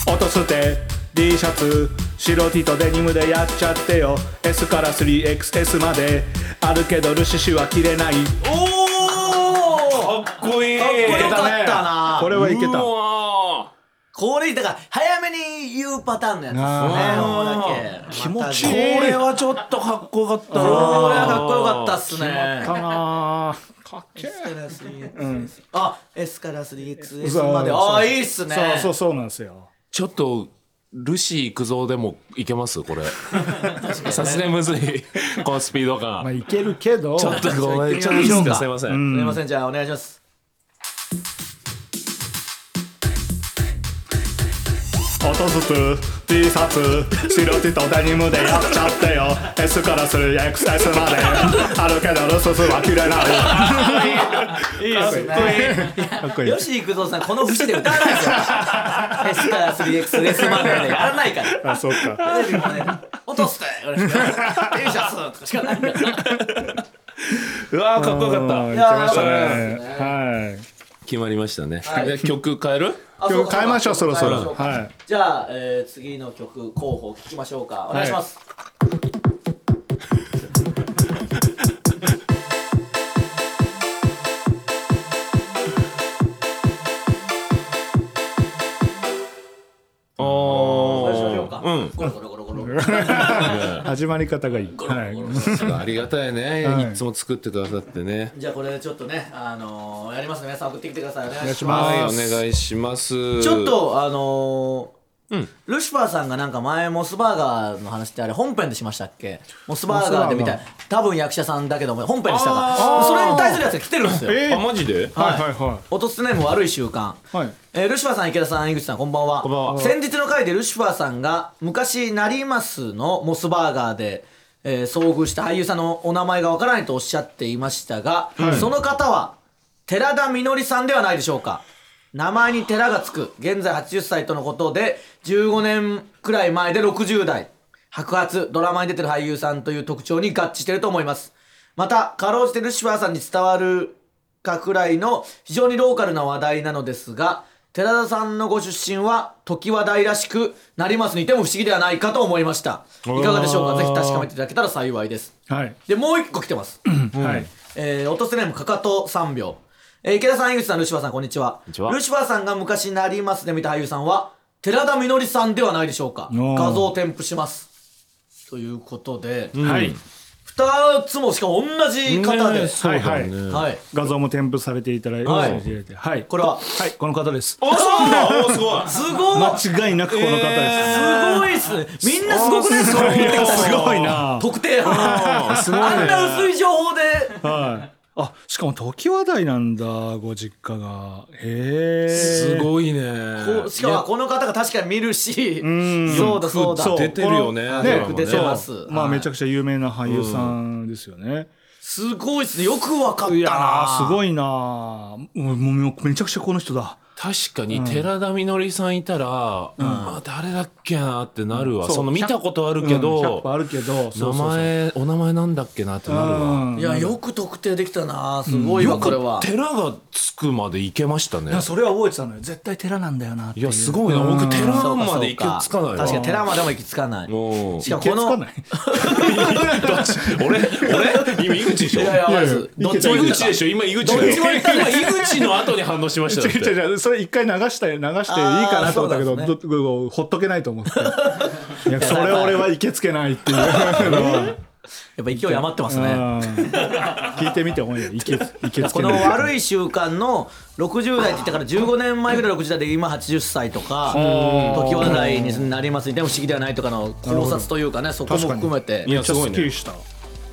S2: 落とすて D シャツ白 T とデニムでやっちゃってよ S から 3XS まであるけどルシシは切れない
S3: おおかっ
S5: かっこいい
S3: こよ
S2: た
S3: か
S2: ね
S3: ったな
S2: これはいけた
S5: うわ
S3: これだから早めに言うパターンのやつです
S2: あ
S3: よねここだけ
S2: 気持ちい
S5: ー
S2: い
S3: また
S5: これはちょっとかっこよかった
S3: これはかっこよ
S5: っ
S3: かったっすね
S2: かなーかっけ
S3: S から 3X、
S2: ん
S3: あ S から 3XS
S2: そう
S3: までああいいっす
S2: え
S3: ね
S2: そうそうそうなんですよ
S5: ちょっとルシー行くぞでもいけますこれさすがにむずいこのスピード
S2: まあ
S5: 感
S2: いけるけど
S5: ちょっとごめん
S3: ち
S5: ち
S3: ょ
S5: ょ
S3: っ
S5: っ
S3: と
S5: とい
S3: いい
S5: いですす
S3: でか
S5: かすいません、
S3: すいませんじゃあお願いします
S2: 落とすつ T シャツ白 T とデニムでやっちゃってよ S から 3XS まであるけどルススは切 れないいいですねかっこいい
S3: よし幾三さんこの節で歌わないですよ S から 3XS までやらないから
S2: あそっ か
S3: テレビもね落とすてよろしく T シャツとかしかないから
S5: うわーかっこよかった
S2: いやましたね
S3: い
S2: はい
S5: 決まりましたね、で曲変える
S3: あそう
S2: 曲
S3: か
S2: 変えましょうそろそ
S3: 変えましょ
S2: ろ
S3: うか
S2: はい
S3: じゃあ、えー次の曲候補聞きましょうかお願いします、
S5: お
S3: お願いしましょうか、
S5: うん
S3: ゴロゴロゴロゴロ
S2: 始まり方がいいはい
S5: ありがたいね、
S2: はい
S5: い、つも作ってくださってね
S3: じゃあこれちょっとねあのーやりますね皆さん送ってきてくださいお願いし
S2: お願いしま
S3: ますす
S5: はいお願いします
S3: ちょっとあのールシファーさんがなんか前モスバーガーの話ってあれ本編でしましたっけモスバーガーでみたい
S2: モ
S3: 多分役者さんだけど本編でしたかそれに対するやつが来てるんですよ
S2: えー
S5: あマジで
S2: はいはいは
S3: 音すねも悪い習慣、
S2: はい
S3: えールシファーさん池田さん井口さんこんばんは
S5: こんばんは
S3: 先日の回でルシファーさんが昔なりますのモスバーガーで、えー遭遇した俳優さんのお名前がわからないとおっしゃっていましたが、その方は寺田みのりさんではないでしょうか名前に寺がつく現在80歳とのことで15年くらい前で60代白髪ドラマに出てる俳優さんという特徴に合致していると思いますまたかろうじてルシファーさんに伝わるかくらいの非常にローカルな話題なのですが寺田さんのご出身は常盤大らしくなりますにいても不思議ではないかと思いましたいかがでしょうかぜひ確かめていただけたら幸いです
S2: いはい
S3: でもう一個来てます
S2: はい
S3: えー、落とせないもかかと3秒。えー池田さん、井口さん、ルシファーさん、こんにちは。
S5: ちは
S3: ルシファーさんが昔なりますで見た俳優さんは、寺田みのりさんではないでしょうか。
S2: ー
S3: 画像を添付します。ということで、
S2: はい
S3: 二つもしかも同じ方で、
S6: ねそうだよね。
S3: はい
S2: 画像も添付されていただいて、
S3: は
S2: はいい、はい、
S3: これは
S2: はい、この方です。
S1: おそうなんだおすごい
S3: すごい
S2: 間違いなくこの方です。
S3: すごいっすねみんなすごくないですか
S2: すごいな。
S3: 特定あ
S1: すごいね
S3: んな薄い情報で
S2: はい。あ、しかも時話題なんだ、ご実家が。へえ。
S1: す
S2: い。
S1: ごいね
S3: こうしかもこの方が確かに見るしそうだそうだ
S2: そう
S6: 出てるよね。
S3: ね
S6: ドラマ
S3: 出てます
S2: そう
S3: はい
S2: まあ、めちゃくちゃ有名な俳優さんですよね。
S3: すごいっすねよくわかった
S2: いや
S3: な
S2: ー、すごいな。もう、もうめちゃくちゃこの人だ。
S1: 確かに寺田みのりさんいたら、あ誰だっけなってなるわ、
S2: そう
S1: その見たことある
S2: うん
S1: け
S2: 100
S1: ど、
S2: 歩あるけど、そうそう
S1: 名
S2: そう
S1: 前お名前なんだっけなってなるわ、
S2: うん
S3: いやよく特定できたなすごいわこれは
S1: 寺がつくまで行けましたね
S2: いやそれは覚えてたのよ絶対寺なんだよなって
S1: い
S2: いう
S1: やすごいな僕寺まで行きつかないわ
S3: 確かに寺までも行き着かない
S1: うん
S3: しかもこの
S2: い
S1: 俺俺今井口でしょ
S3: いやいや
S2: いやいや
S3: まずどっちも
S1: 井
S3: 行っ
S1: 口
S3: た
S1: でしょ今井口
S3: どっちも行った
S1: 今井口の後に反応しました
S2: 違う違
S1: よ
S2: う違うそれ一回流した流していい
S3: あー
S2: かなと思ったけ
S3: そ
S2: ど、
S3: うなん
S2: どどほっとけないと思って いやそれ俺はいけつけない っていうのは
S3: やっぱ勢い余ってます
S2: うん
S3: ね
S2: 聞いてみてほんよいけいけつ
S3: こ
S2: け
S3: の
S2: ない
S3: 悪い習慣の60代って言ったから15年前ぐらい60代で今80歳とか時笑いになりますにでも不思議ではないとかの考察というかねそこも含めて
S1: いや
S2: ち
S1: す
S2: ょっと
S1: ごい
S2: すっき
S1: ね
S2: りした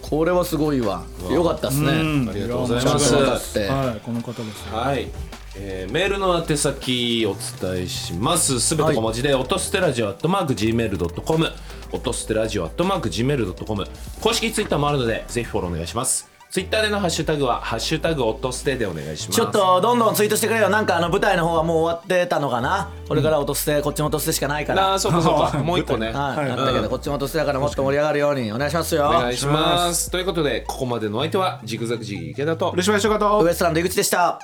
S3: これはすごいわよかったですね
S2: うん
S1: ありがとうございます
S3: ちゃんと分かっ
S2: は
S3: て
S2: いこの方です
S1: はい、えーメールの宛先お伝えしますすべて小文字で、音捨てラジオアットマーク Gmail.com 音捨てラジオアットマーク Gmail.com 公式ツイッターもあるのでぜひフォローお願いしますツイッターでのハッシュタグは「ハッシュタグ音捨て」でお願いします
S3: ちょっとどんどんツイートしてくれよなんかあの舞台の方はもう終わってたのかなこれから落としてこっちも落としてしかないから
S1: あーそうか そうかもう一個ね
S3: は
S1: うん
S3: いなったけどこっちも落としてだからもっと盛り上がるようにお願いします
S1: お
S3: よ
S1: 願いしますということでここまでのお相手はジグザグジギー池田と
S2: 嬉しいましょうかと
S3: ウエストランド井口でした